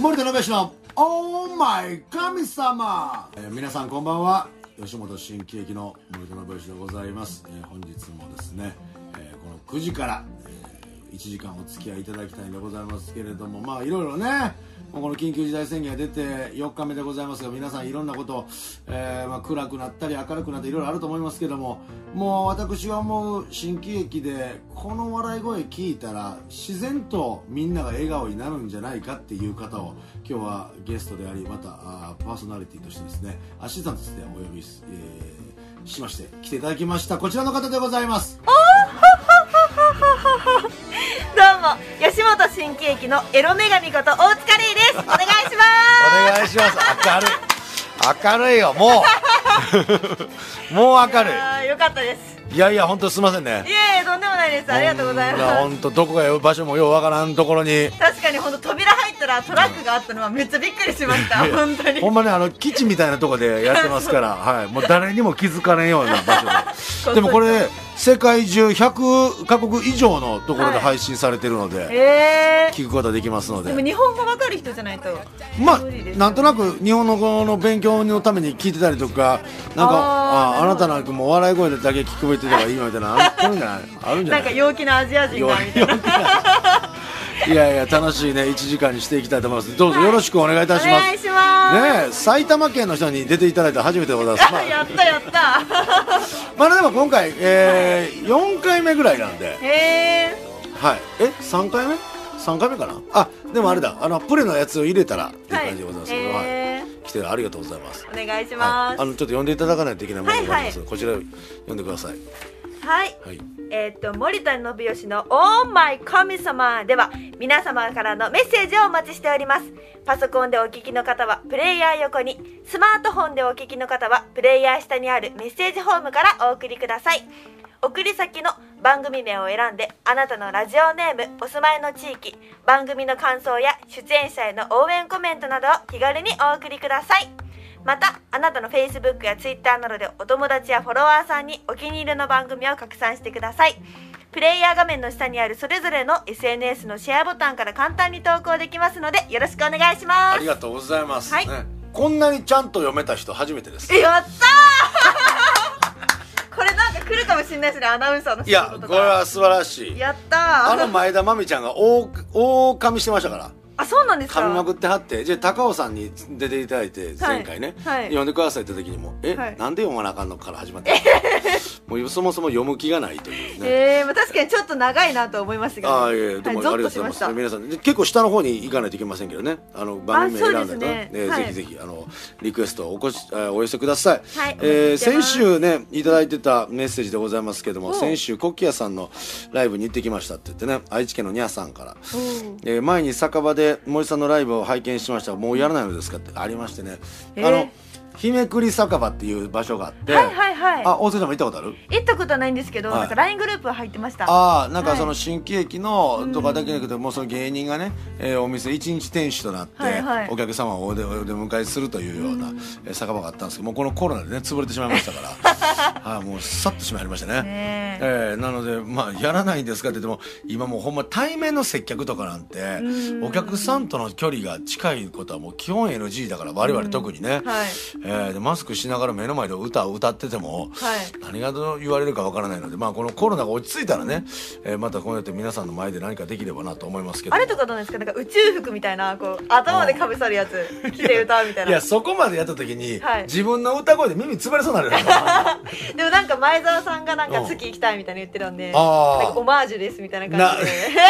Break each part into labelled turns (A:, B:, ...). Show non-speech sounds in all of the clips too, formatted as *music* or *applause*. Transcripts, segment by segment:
A: 森田信之の「オーマイ神様」えー皆さんこんばんは吉本新喜劇の森田信之でございます、えー本日もですね、えーこの9時から、え1時間お付き合いいただきたいんでございますけれどもまあいろいろねもうこの緊急事態宣言が出て4日目でございますが皆さんいろんなこと、えーまあ、暗くなったり明るくなったりいろいろあると思いますけどももう私はもう新喜劇でこの笑い声聞いたら自然とみんなが笑顔になるんじゃないかっていう方を今日はゲストでありまたあーパーソナリティとしてですねアシスタントとしてお呼びし,、えーしまして来ていただきましたこちらの方でございます
B: どうも吉本新喜劇のエロ女神こと大塚玲ですお願いし
C: お
B: ま
C: 願いします明るい明るいよもうもう明る
B: すあーよかったです
C: いいやいや本当すいませんね
B: いえいえとんでもないですありがとうございます
C: 本当どこが場所もようわからんところに
B: 確かに本当扉入ったらトラックがあったのはめっちゃびっくりしました本当に
C: ほんまねあの基地みたいなとこでやってます
B: *laughs*
C: から、はい、もう誰にも気づかれんような場所ででもこれ世界中100カ国以上のところで配信されてるので、
B: え
C: 聞くことができますの
B: ー、でも
C: で
B: 日本語わかる人じゃないと
C: まあ
B: 無理です
C: なんとなく日本の語の勉強のために聞いてたりとかなんか
B: あー
C: ああなたなんかもう笑い声だけ聞こえてればいいみた
B: *laughs*
C: いなあるんじゃないあるんじゃ
B: な
C: なんい
B: か陽気なアジア人
C: よ
B: がみたいな
C: *laughs* いやいや楽しいね1時間にしていきたいと思いますどうぞよろしくお願いい
B: お
C: たします
B: 願いします、
C: ねえ埼玉県の人に出ていただいて初めてでございます、まあ
B: やったやった
C: まあでも今回、えー、4回目ぐらいなんで、
B: へえ
C: はい、え3回目 ?3 回目かなあでもあれだあのプレのやつを入れたらっていう
B: ー、はい
C: 感じでございますけど、はい
B: えー
C: 来てありがとうございます
B: お願いし
C: は
B: ま
C: い、
B: す
C: あのちょっと呼んでいただかないといけないものがあります、
B: は
C: こちら呼んでください
B: はい
C: はい
B: えーっと森田信義の「オーマイ神様」では皆様からのメッセージをお待ちしておりますパソコンでお聞きの方はプレイヤー横にスマートフォンでお聞きの方はプレイヤー下にあるメッセージフォームからお送りください送り先の番組名を選んであなたのラジオネームお住まいの地域番組の感想や出演者への応援コメントなどを気軽にお送りくださいまたあなたの Facebook や Twitter などでお友達やフォロワーさんにお気に入りの番組を拡散してくださいプレイヤー画面の下にあるそれぞれの SNS のシェアボタンから簡単に投稿できますのでよろしくお願いしま
C: あ
B: す
C: りがとうございます、
B: はい
C: ねこんなにちゃんと読めた人初めてです
B: やったー *laughs* これなんか来るかもしれないですねアナウンサーの
C: い
B: 仕
C: や
B: 事とか
C: これは素晴らしい
B: やったー
C: あの前田真美ちゃんが大大噛みしてましたから
B: あそうなんですか
C: 噛みまくってはってじゃあ高尾さんに出ていただいて前回ね、
B: はいはい
C: 読んでくださいって時にも「え、
B: はい
C: なんで読まなあかんの?」から始ま
B: *laughs*
C: ってもうそもそも読む気がないというね、
B: えーまあ、確かにちょっと長いなと思いますが、
C: ああいえでも、
B: はい、
C: あ
B: ゾ
C: りがとう
B: ッとし
C: ござい
B: ま
C: ま
B: し
C: す
B: た
C: 皆さんで結構下の方に行かないといけませんけどねあの番組名選んだりとか
B: あそう
C: ね
B: ですね
C: えー
B: はい
C: ぜひぜひあのリクエストをおこしあーお寄せください、
B: はい
C: えー
B: お待ちして
C: 先
B: ます
C: 週ねいただいてたメッセージでございますけど
B: お
C: も先週コキアさんのライブに行ってきましたって言ってね愛知県のニャさんからえー前に酒場で森さんのライブを拝見しましたがもうやらないのですかってありましてね、
B: えー
C: あの日めくり酒場っていう場所があって、
B: はいはいはい
C: あ大瀬さんも行ったことある
B: 行ったことはないんですけど、
C: はい
B: なんか LINE グループは入ってました
C: ああなん
B: は
C: か
B: い
C: その新喜劇のとかだけじゃなくて、もうその芸人がね、えーお店一日店主となって、
B: はいはい
C: お客様をお出お出迎えするというような、えー酒場があったんですけどもうこのコロナでね潰れてしまいました
B: *laughs*
C: からはいもうさっとしまいましたね
B: ねえ
C: えーなのでまあやらないんですかって言っても今もうほんま対面の接客とかなんてお客さんとの距離が近いことはもう基本 NG だから我々特にね、
B: はい
C: えーでマスクしながら目の前で歌を歌ってても、
B: はい
C: 何がどう言われるかわからないので、まあ、このコロナが落ち着いたらね、えーまたこうやって皆さんの前で何かできればなと思いますけど
B: あれとかどうなんですかなんか宇宙服みたいなこう頭でかぶさるやつ着て歌うみたい
C: い
B: な
C: やそこまでやった時に、
B: はい
C: 自分の歌声で耳つぶれそうになる
B: *laughs*
C: よな
B: でもなんか前澤さんがなんか
C: うん
B: 月行きたいみたいな言ってたんで
C: あー
B: なんかオマージュですみたいな感じで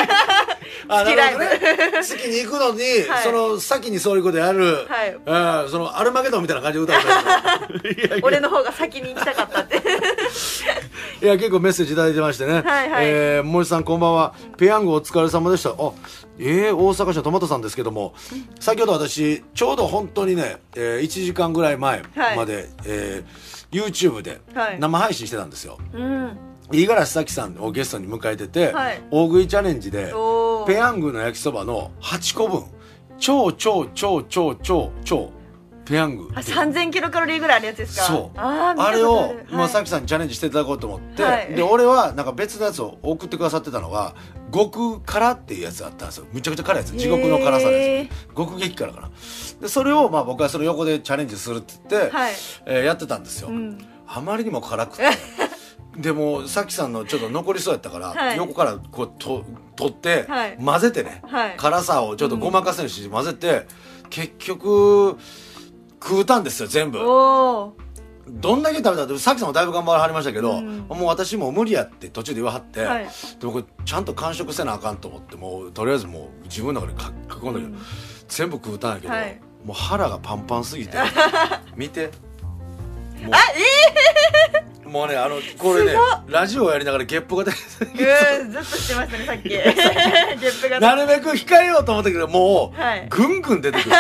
C: あ
B: 好き
C: なるほど
B: ライ
C: ね
B: ブ
C: 好きに行くのに、
B: はい
C: その先にそういうことやる、
B: はい
C: うんそのアルマゲドンみたいな感じで歌ういやいや
B: 俺の方が先に行きたかったって
C: いや結構メッセージいただいてましてね、
B: はいはい
C: えー森さんこんばんはペヤングお疲れ様でしたあえー、大阪市のトマトさんですけども先ほど私ちょうど本当にね、えー1時間ぐらい前まで、えー YouTube で
B: はい
C: 生配信してたんですよ、
B: うん
C: 五十嵐咲さんをゲストに迎えてて、
B: はい
C: 大食いチャレンジで
B: おー
C: ペヤングの焼きそばの8個分超超超超超超ペヤング
B: あ3000キロカロリーぐらいあるやつですか
C: そうあ
B: あー見たことあ
C: れを
B: る
C: まあ、さきさんにチャレンジしていただこうと思って、
B: はい
C: で俺はなんか別のやつを送ってくださってたのが極辛っていうやつあったんですよむちゃくちゃ辛いやつ地獄の辛さ
B: へ
C: で
B: ー
C: す極激辛かなでそれをまあ僕はその横でチャレンジするって言って、
B: はい
C: えーやってたんですよ、
B: ん
C: あまりにも辛くて *laughs* でもさきさんのちょっと残りそうやったから、
B: はい
C: 横からこうと取って、
B: はい
C: 混ぜてね、
B: はい
C: 辛さをちょっとごまかせるし、混ぜて結局食うたんですよ全部
B: おお
C: どんだけ食べたってさっきさんもだいぶ頑張らはりましたけど、
B: うん
C: もう私もう無理やって途中で言わはって、
B: はい
C: でもこれちゃんと完食せなあかんと思ってもうとりあえずもう自分の中でか書き込んだけど、
B: うん
C: 全部食うたんやけど、
B: はい
C: もう腹がパンパンすぎ
B: *laughs*
C: て見てもうもうねあのこれね
B: す
C: ラジオやりながらゲップが出て
B: ぐーずっとしてましたねさっきゲップが
C: なるべく控えようと思ったけどもう、
B: はい
C: ぐんぐん出
B: *laughs*
C: てくる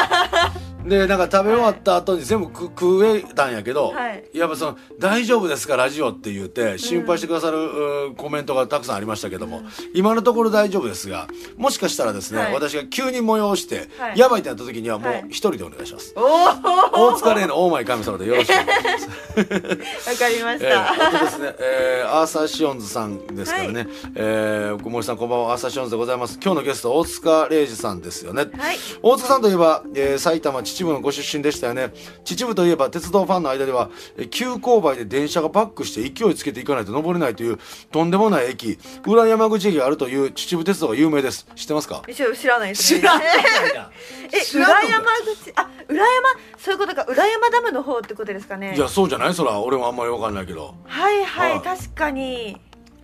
C: でなんか食べ終わった後に全部く食えたんやけど、
B: はい
C: やっぱその「大丈夫ですかラジオ」って言って心配してくださる、うんコメントがたくさんありましたけども、今のところ大丈夫ですがもしかしたらですね、
B: はい
C: 私が急に催して、
B: はい
C: やばいってなった時にはもう
B: はい
C: 一人でお願いします、
B: おおーわ
C: 大塚霊の「オーマイ神様」でよ
B: *laughs*
C: ろしくお願いします
B: かりまし
C: ええ
B: た、
C: あとですね、えー、アーサーシオンズさんですからね、
B: は
C: えー森さんこんばんはアーサーシオンズでございます今日のゲスト大塚玲二さんですよね、
B: はい
C: 大塚さんといえば、えー埼玉秩父のご出身でしたよね秩父といえば鉄道ファンの間では、えー急勾配で電車がバックして勢いつけていかないと登れないというとんでもない駅裏山口駅があるという秩父鉄道が有名です知ってますか
B: 一応知らないですね
C: ん
B: え裏山口あ裏山そういうことか裏山ダムの方ってことですかね
C: いやそうじゃないそら俺もあんまり分かんないけど
B: はいはい、
C: はい
B: 確かに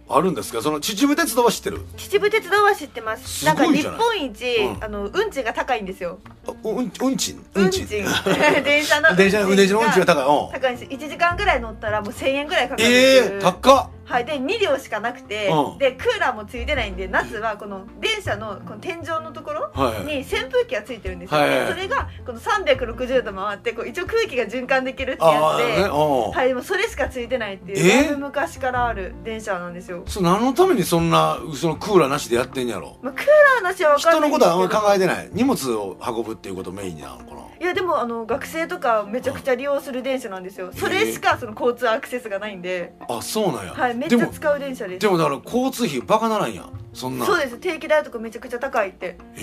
C: あるんですけどその秩父鉄道は知ってる
B: 秩父鉄道は知ってます
C: すごい
B: ん
C: じゃ
B: か
C: ない
B: 日本一、
C: うん
B: あの運賃が高いんですよ
C: あうんうんちん
B: 運賃 *laughs* 電車の
C: *laughs* 電車の電車の運賃が高い
B: 高いんです1時間ぐらい乗ったらもう1000円ぐらいかかる
C: え
B: んで
C: え
B: す
C: ー、高っ
B: はいで2両しかなくて、
C: うん
B: でクーラーもついてないんで夏はこの電車のこの天井のところ
C: はい
B: に扇風機がついてるんですよ、
C: はいはい
B: それがこの360度回ってこう一応空気が循環できるって
C: あ
B: や
C: あ
B: つで、
C: ねお
B: はい、でもそれしかついてないっていう、
C: え
B: だいぶ昔からある電車なんですよ、
C: それ何のためにそんなそのクーラーなしでやってんやろ
B: まあ、クーラーなしは分か
C: 人
B: んない
C: の
B: ん
C: こと
B: ですけど
C: はあんまり考えてない荷物を運ぶっていうことメインなのかない
B: やでもあの学生とかめちゃくちゃ利用する電車なんですよそれしかその交通アクセスがないんで、
C: あそうなんや、
B: はい、めっ
C: で
B: ちゃ
C: も
B: 使う電車です
C: でもだから交通費バカならんやそんな
B: そうです定期代とかめちゃくちゃ高いって
C: え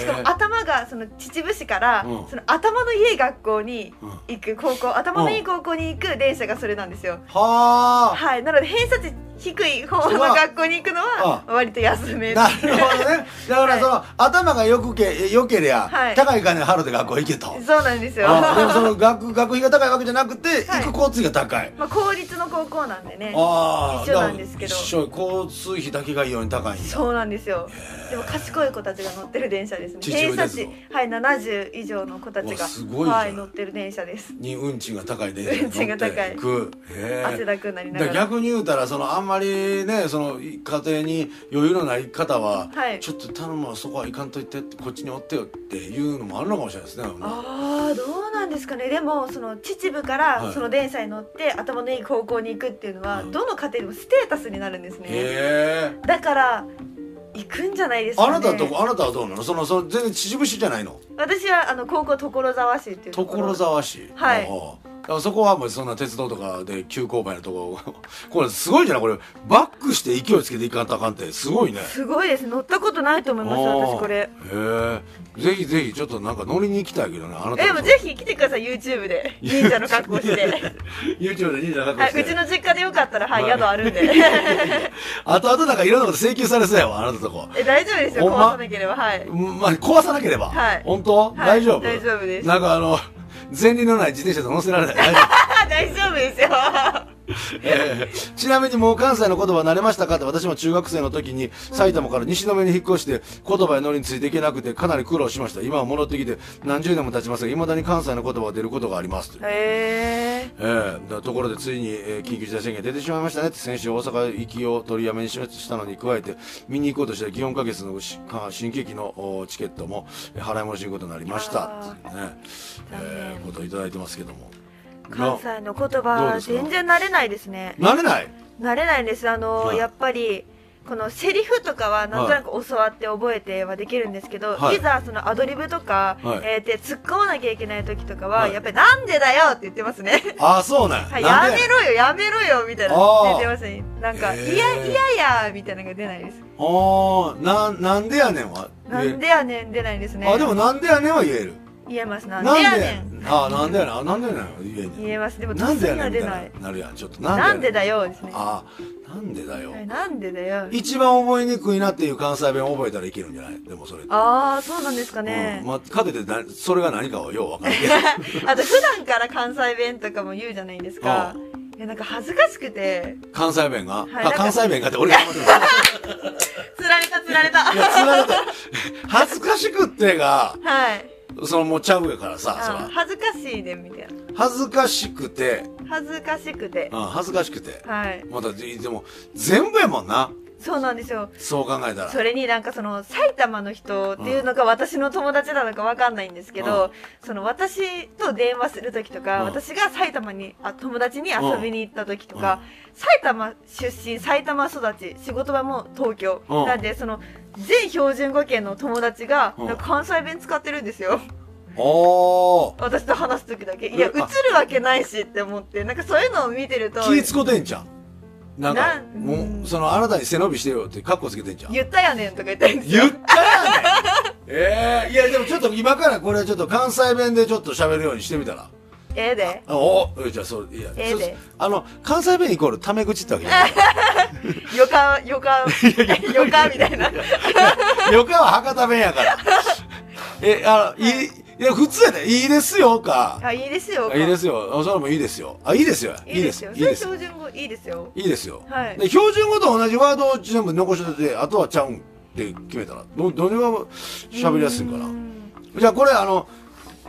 B: し
C: え
B: かも頭がその秩父市から、
C: うん
B: その頭のいい学校に
C: うんは
B: 行く高校頭のいい高校に行く電車がそれなんですよ、
C: あ
B: はいなので偏差値低い方の
C: うわ
B: 学校に行くのは割と安め
C: なるほどねだからその、頭がよくけよけりゃ、
B: はい
C: 高い金払って学校行けと
B: そうなんですよ
C: ああでもその学 *laughs* 学費が高いわけじゃなくて、
B: はい
C: 行く交通費が高い
B: まあ公立の高校なんでね
C: ああ
B: 一緒なんですけど
C: だから一緒交通費だけが異様に高いんや
B: そうなんですよでも賢い子たちが乗ってる電車ですね
C: 秩
B: 偏
C: 父
B: 差
C: 鉄
B: 値
C: 道
B: はい70以上の子たち
C: うわ
B: が
C: すごいじゃん
B: はい乗ってる電車です
C: に運賃が高い電車に乗って
B: *laughs* 運賃が高い
C: くへえ
B: 汗だくになりなが
C: だからら逆に言うたらそのあんまりねその家庭に余裕のない方は、
B: はい
C: ちょっと頼むわそこは行かんといてってこっちにおってよっていうのもあるのかもしれないですね
B: あーどうなんですかねでもその秩父か
C: は
B: ら
C: い
B: その電車に乗って頭のいい高校に行くっていうのは
C: うん
B: どの家庭でもステータスになるんですね
C: へえ
B: だから行くんじゃないですか
C: あ
B: ね
C: なたはどこあなたはどうなのそのその全然秩父市じゃないの
B: 私はあの高校所沢市っていうところ
C: 所沢市
B: はい
C: おうだからそこはもうそんな鉄道とかで急勾配のとこ *laughs* これすごいじゃないこれバックして勢いつけていかんとあかんってすごいね
B: すごいです乗ったことないと思います
C: おー
B: 私これ
C: へえぜひぜひちょっとなんか乗りに行きたいけどねあなた
B: えでもぜひ来てください YouTube で忍者の格好して
C: YouTube で忍者
B: は
C: 仲
B: い
C: 良く
B: う
C: し
B: ち
C: て
B: の実家でよかったらはい宿あるんで
C: あとあとなんかいろんなこと請求されそうやわあなたとこ
B: *laughs* え大丈夫ですよ
C: ほんま
B: 壊さなければはい
C: うんまあ壊さなければ
B: はい
C: 本当、
B: はい
C: 大丈夫
B: 大丈夫です
C: なんかあの前輪のない自転車と乗せられない大丈夫
B: あ大丈夫ですよ
C: えー *laughs* ちなみにもう関西の言葉慣れましたかって私も中学生の時に埼玉から西の目に引っ越して言葉やノリについていけなくてかなり苦労しました今は戻ってきて何十年も経ちますがいまだに関西の言葉が出ることがありますという
B: へえ
C: *laughs* えーだところでついに、えー緊急事態宣言出てしまいましたねって先週大阪行きを取りやめにしたのに加えて見に行こうとした祇園花月のしか新喜劇のおチケットもえー払い戻しに行くことになりました
B: あ
C: っていうね、えーことをいただいてますけども
B: 関西の言
C: どう
B: 葉
C: ですか
B: 全然慣れないですね
C: な慣れない
B: 慣れないんですあの
C: はい
B: やっぱりこのセリフとかはなんとなく教わって覚えてはできるんですけど、
C: はい
B: い、ざそのアドリブとか、
C: はい
B: えー、で突っ込まなきゃいけない時とかは、
C: はい
B: やっぱりなんでだよって言ってますね。
C: ああそうなん
B: はい、
C: な
B: や
C: んで
B: めろよ、やめろよみたいな
C: あー
B: 出てますね。なんか、
C: へー
B: いやいやいやみたいなのが出ないです。
C: ああななんでやねんは
B: なんでやねん出ないですね。
C: あでもなんでやねんは言える
B: 言えます。な
C: なんんで
B: でやねん。
C: ああなんでやねんあなんでやねんは言えんねん
B: 言えます。でも、
C: なんでや
B: に
C: ね
B: は
C: んみ
B: 出
C: た
B: ないい。
C: ななるやんちょっと
B: なんで
C: よ
B: だよですね。
C: ああなんでだよ
B: えなんでだよ。
C: 一番覚えにくいなっていう関西弁を覚えたらいけるんじゃないでもそれって
B: ああ、そうなんですかね
C: うん。まあ、かといってなそれが何かはようわからんけ
B: *laughs* あと普段から関西弁とかも言うじゃないですか
C: う。
B: いやなんか恥ずかしくて、
C: ど関西弁が、
B: い
C: あ
B: なんか
C: 関西弁がって俺が思
B: *laughs*
C: ってた
B: つられたつられた。
C: いやつられた恥ずかしくってが
B: はい。
C: そのもうちゃうやからさそ
B: あ
C: ら
B: 恥ずかしいねみたいな。
C: 恥ずかしくて、
B: 恥ずかしくて
C: う。ん、恥ずかしくて
B: はい。
C: またででも全部やもんな
B: そうなんですよ。
C: そう考えたら
B: それになんかその埼玉の人っていうのが私の友達なのかわかんないんですけど、その私と電話する時とか、
C: うん
B: 私が埼玉にあ友達に遊びに行った時とか、埼玉出身埼玉育ち仕事場も東京、
C: うん
B: なんでその全標準語圏の友達が、
C: うん
B: なんか関西弁使ってるんですよ *laughs*
C: おー
B: 私と話す時だけいや映
C: う
B: る
C: んあ
B: わけないしって思ってなんかそういうのを見てると
C: 気ぃつこてんじゃんなんか
B: なん
C: もうそのあなたに背伸びしてよってカッコつけてんじゃん
B: 言ったやねんとか言ったんですよ
C: 言ったやねん *laughs* えー、いやでもちょっと今からこれはちょっと関西弁でちょっと喋るようにしてみたら
B: ええで
C: あおえじゃあそういや、
B: ええで
C: そうあの関西弁イコールタメ口ってわけじゃない *laughs*
B: よかよかよかみたいな
C: 横は博多弁やから *laughs* えあの、いいいや普通やで、いいですよか
B: あいいですよ。。
C: いいですすよあそれもいいですよあいいですよ
B: いいですよ。
C: いい
B: それ
C: です
B: 標準語いいですよ。
C: いいですよ、
B: はい
C: で標準語と同じワードを全部残しといてあとはちゃうんって決めたらどどれが喋りやすいんかな
B: うん
C: じゃあこれあの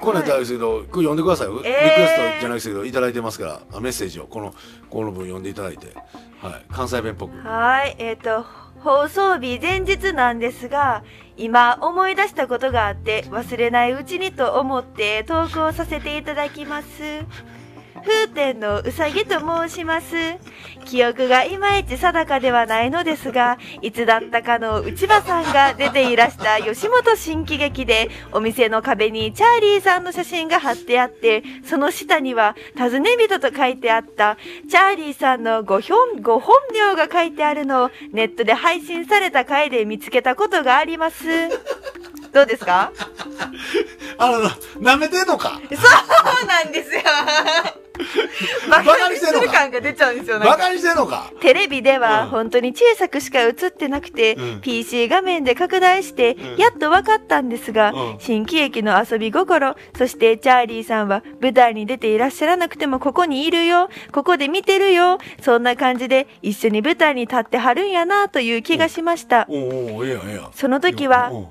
C: これやったらあれですけど、これ読んでくださいよ、
B: え
C: リ
B: ー
C: クエストじゃないですけどいただいてますからあメッセージをこのこの文読んでいただいて、はい、関西弁っぽく
B: はーい。えっ、と、放送日前日なんですが、今思い出したことがあって忘れないうちにと思って投稿させていただきます。風天のうさぎと申します。記憶がいまいち定かではないのですが、いつだったかの内場さんが出ていらした吉本新喜劇で、お店の壁にチャーリーさんの写真が貼ってあって、その下には、尋ね人と書いてあった、チャーリーさんのごひょんご本名が書いてあるのを、ネットで配信された回で見つけたことがあります。どうですか
C: あのなめてんのか
B: そうなんです *laughs* よ。バ
C: カ
B: カ
C: に
B: に
C: し
B: して
C: んのか
B: てる感が出ちゃうんですよ。なんか
C: バカにしてんのか
B: テレビでは
C: うん
B: 本当に小さくしか映ってなくて、
C: うん
B: PC 画面で拡大して
C: うん
B: やっと分かったんですが、
C: うん
B: 新喜劇の遊び心そしてチャーリーさんは舞台に出ていらっしゃらなくてもここにいるよここで見てるよそんな感じで一緒に舞台に立ってはるんやなという気がしました、
C: おうおうええやんええやん
B: その時は
C: おうお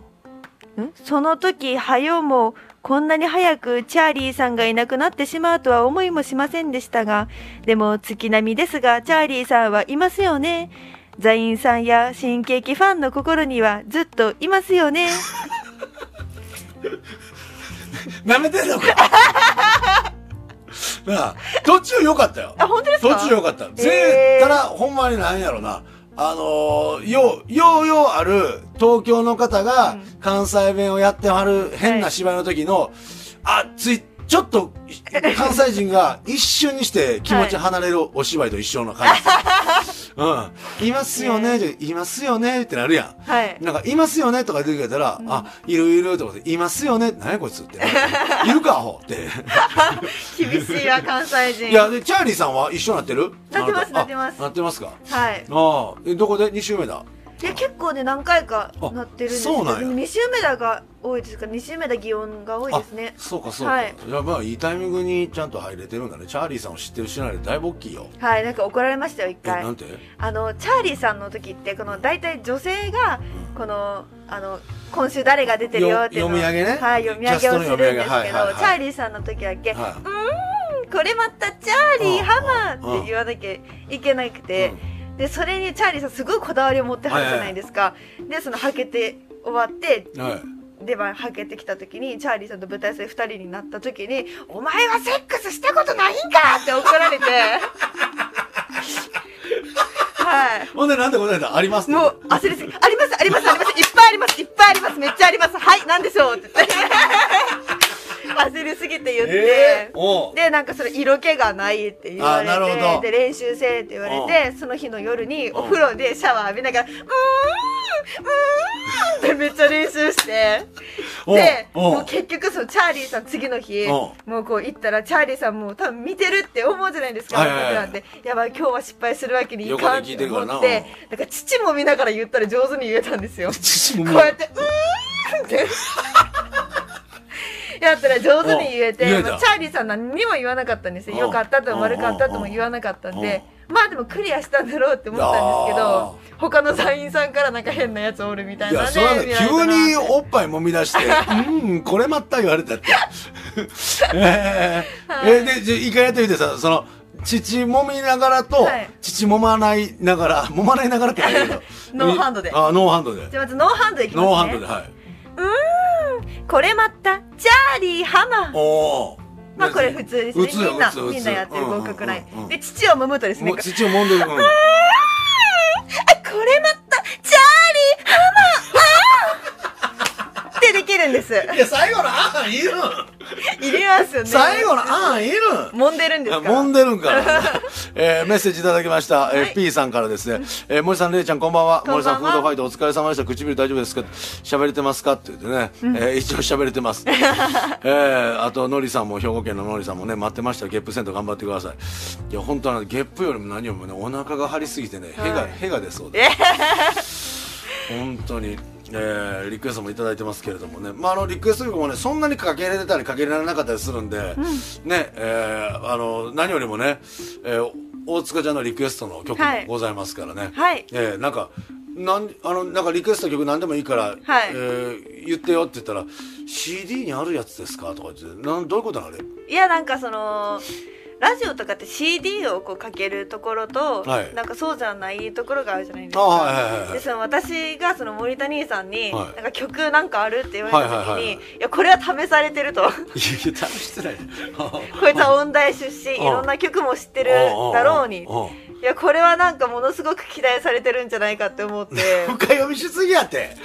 C: うん
B: その時はよもこんなに早くチャーリーさんがいなくなってしまうとは思いもしませんでしたがでも月並みですがチャーリーさんはいますよね座員さんや新喜劇ファンの心にはずっといますよね
C: なめてんのか *laughs* なあ途中良かったよ
B: *laughs* あ本
C: *laughs*
B: 当です
C: 途
B: か
C: 中良かったぜったらほんまになんやろなあのー、ようようようある東京の方
B: う
C: が
B: ん
C: 関西弁をやってはる変な芝居の時の、あついちょっと関西人が一瞬にして気持ち離れるお芝居と一緒の
B: *laughs*
C: 感じ、うん「いますよね」で「いますよね」ってなるやん *laughs*
B: はい
C: なんか、いますよねとか出てくれたら、あ、いるいるとかで、いますよね何やこいつって。
B: *laughs*
C: いるか、アホって。
B: 厳しいわ関西人
C: いや、で、チャーリーさんは一緒になってる
B: なってます
C: あ
B: なってます
C: あなってますか。
B: はい
C: ああ、えどこで ?2 週目だ。
B: いや結構ね何回か
C: あ
B: なってるんですけ
C: そう
B: ど
C: なんや
B: 2週目だが多いですか2週目だ擬音が多いですね
C: あそうか、そうか。
B: はい
C: い、や、まあ、いいタイミングにちゃんと入れてるんだね。チャーリーさんを知ってる人ならだいぶ大きいよ。
B: はいなんか怒られましたよ一
C: え、
B: 回
C: なんて
B: あのチャーリーさんの時ってこの大体女性がこのあの今週誰が出てるよっていうのを
C: よ読み上げね
B: はい、読み上げを
C: キャス
B: するんですけど、
C: トの読み上げはいはいはい
B: チャーリーさんの時だけ「
C: はいう
B: ーんこれまたチャーリー
C: うん
B: ハマ
C: う
B: ー」
C: ん
B: って言わなきゃいけなくて、でそれにチャーリーさんすごいこだわりを持ってはるじゃないですか、でそのはけて終わって
C: うんはい。
B: 出番はけてきた時にチャーリーさんと舞台で2人になった時に「お前は
C: *laughs*
B: セックスしたことないんか!」って怒られてははい
A: ほんで、なんて答えたありますって
B: もう焦りすぎ。あります、あります、あります。いっぱいあります、いっぱいあります。めっちゃあります。はい、なんでしょうって言って。焦りすぎて言って。
A: えーおう
B: で、なんかそれ色気がないって言われ
A: あなるほど
B: て、で、練習せえって言われて、その日の夜にお風呂でシャワー浴びながら、うーん、うーんってめっちゃ練習して。
A: おう
B: で、 *laughs*
A: おう
B: もう結局そのチャーリーさん次の日、
A: お
B: もうこう行ったらチャーリーさんも多分見てるって思うじゃないですか、
A: はいはいはい
B: 僕なんて。やばい、今日は失敗するわけにいかんって思
C: 横で聞いてるからな
B: っ
C: お
B: て
C: う、
B: なんか父も見ながら言ったら上手に言えたんですよ。こ
A: 父も
B: う
A: 見
B: やって、うーんって。やったら上手に言えて、
A: おう言えた
B: まあチャーリーさん何にも言わなかったんですよ。
A: おう
B: よかったとも悪かったとも言わなかったんで、まあでもクリアしたんだろうって思ったんですけど、他の社員さんからなんか変なやつおるみたい
C: い
B: な
C: や、
B: ね
C: それはね
B: 見られた
C: 急
B: な
C: におっぱい揉み出して、
B: *laughs*
C: うん、これまた言われたって。えーえーで、じゃあ一回やってみてさ、その、父揉みながらと、
B: はい。
C: 父揉まないながら、 *laughs* 揉まないながらってあるけど
B: *laughs* ノーハンドで
C: あ、ノーハンドで。
B: じゃあまずノーハンドいきますね。
C: ノーハンドで、はい。
B: これまた、チャーリー浜。
C: おー
B: まあこれ普通ですね。
C: 普通よ
B: みんな
C: 普通、普通
B: みんなやってる合格ライ
C: うんうんうんう
B: ン。
C: ん
B: で、父を揉むとです
C: も
B: ね、こ
C: う
B: れ
C: 父を揉んでる。うん
B: また、チャーリー浜あーってできる
C: *laughs*
B: んです。 *laughs*
A: いや、最後のあんいるん
B: 入れますよね。
A: 最後のあんいるん
B: 揉んでるんですか
C: 揉んでる
B: *laughs*
C: んかな、えーメッセージいただきました、えー
B: はい
C: P さんからですね、えー森さん、れいちゃんこんばんは
B: こんばんは
C: 森さん、フードファイトお疲れ様でした唇大丈夫ですか喋れてますかって言ってね、えー一応喋れて
B: *laughs*
C: ます、えーあと、のりさんも兵庫県ののりさんもね待ってましたゲップセント頑張ってくださいいや本当はねゲップよりも何よりもねお腹が張りすぎてねへが、へが出そうで本当にえーリクエストもいただいてますけれどもね、まあ、あのリクエスト曲もねそんなにかけられたりかけられなかったりするんで、ねえーあの何よりもね、えー大塚ちゃんのリクエストの曲も
B: はい
C: ございますからね、
B: はい
C: えーなんかなんあのなんかリクエスト曲何でもいいから、
B: はい
C: えー言ってよって言ったら CD にあるやつですかとか言ってなんどういうことなのあれ
B: いやなんかそのラジオとかって CD をこうかけるところと、
C: はい
B: なんかそうじゃないところがあるじゃないです
C: あはいはいはい
B: か。
C: はい
B: でその私がその森田兄さんに、
C: はい
B: なんか曲なんかあるって言われた時に、
C: はいはいいはい
B: やこれは試されて
C: *laughs*
B: るとこ
C: いやいや多分して
B: *laughs*
C: ない
B: いつは音大出身い
C: うん
B: ろんな曲も知ってるだろうに
C: んんん
B: いやこれはなんかものすごく期待されてるんじゃないかって思って
C: *laughs* 深読みしすぎやって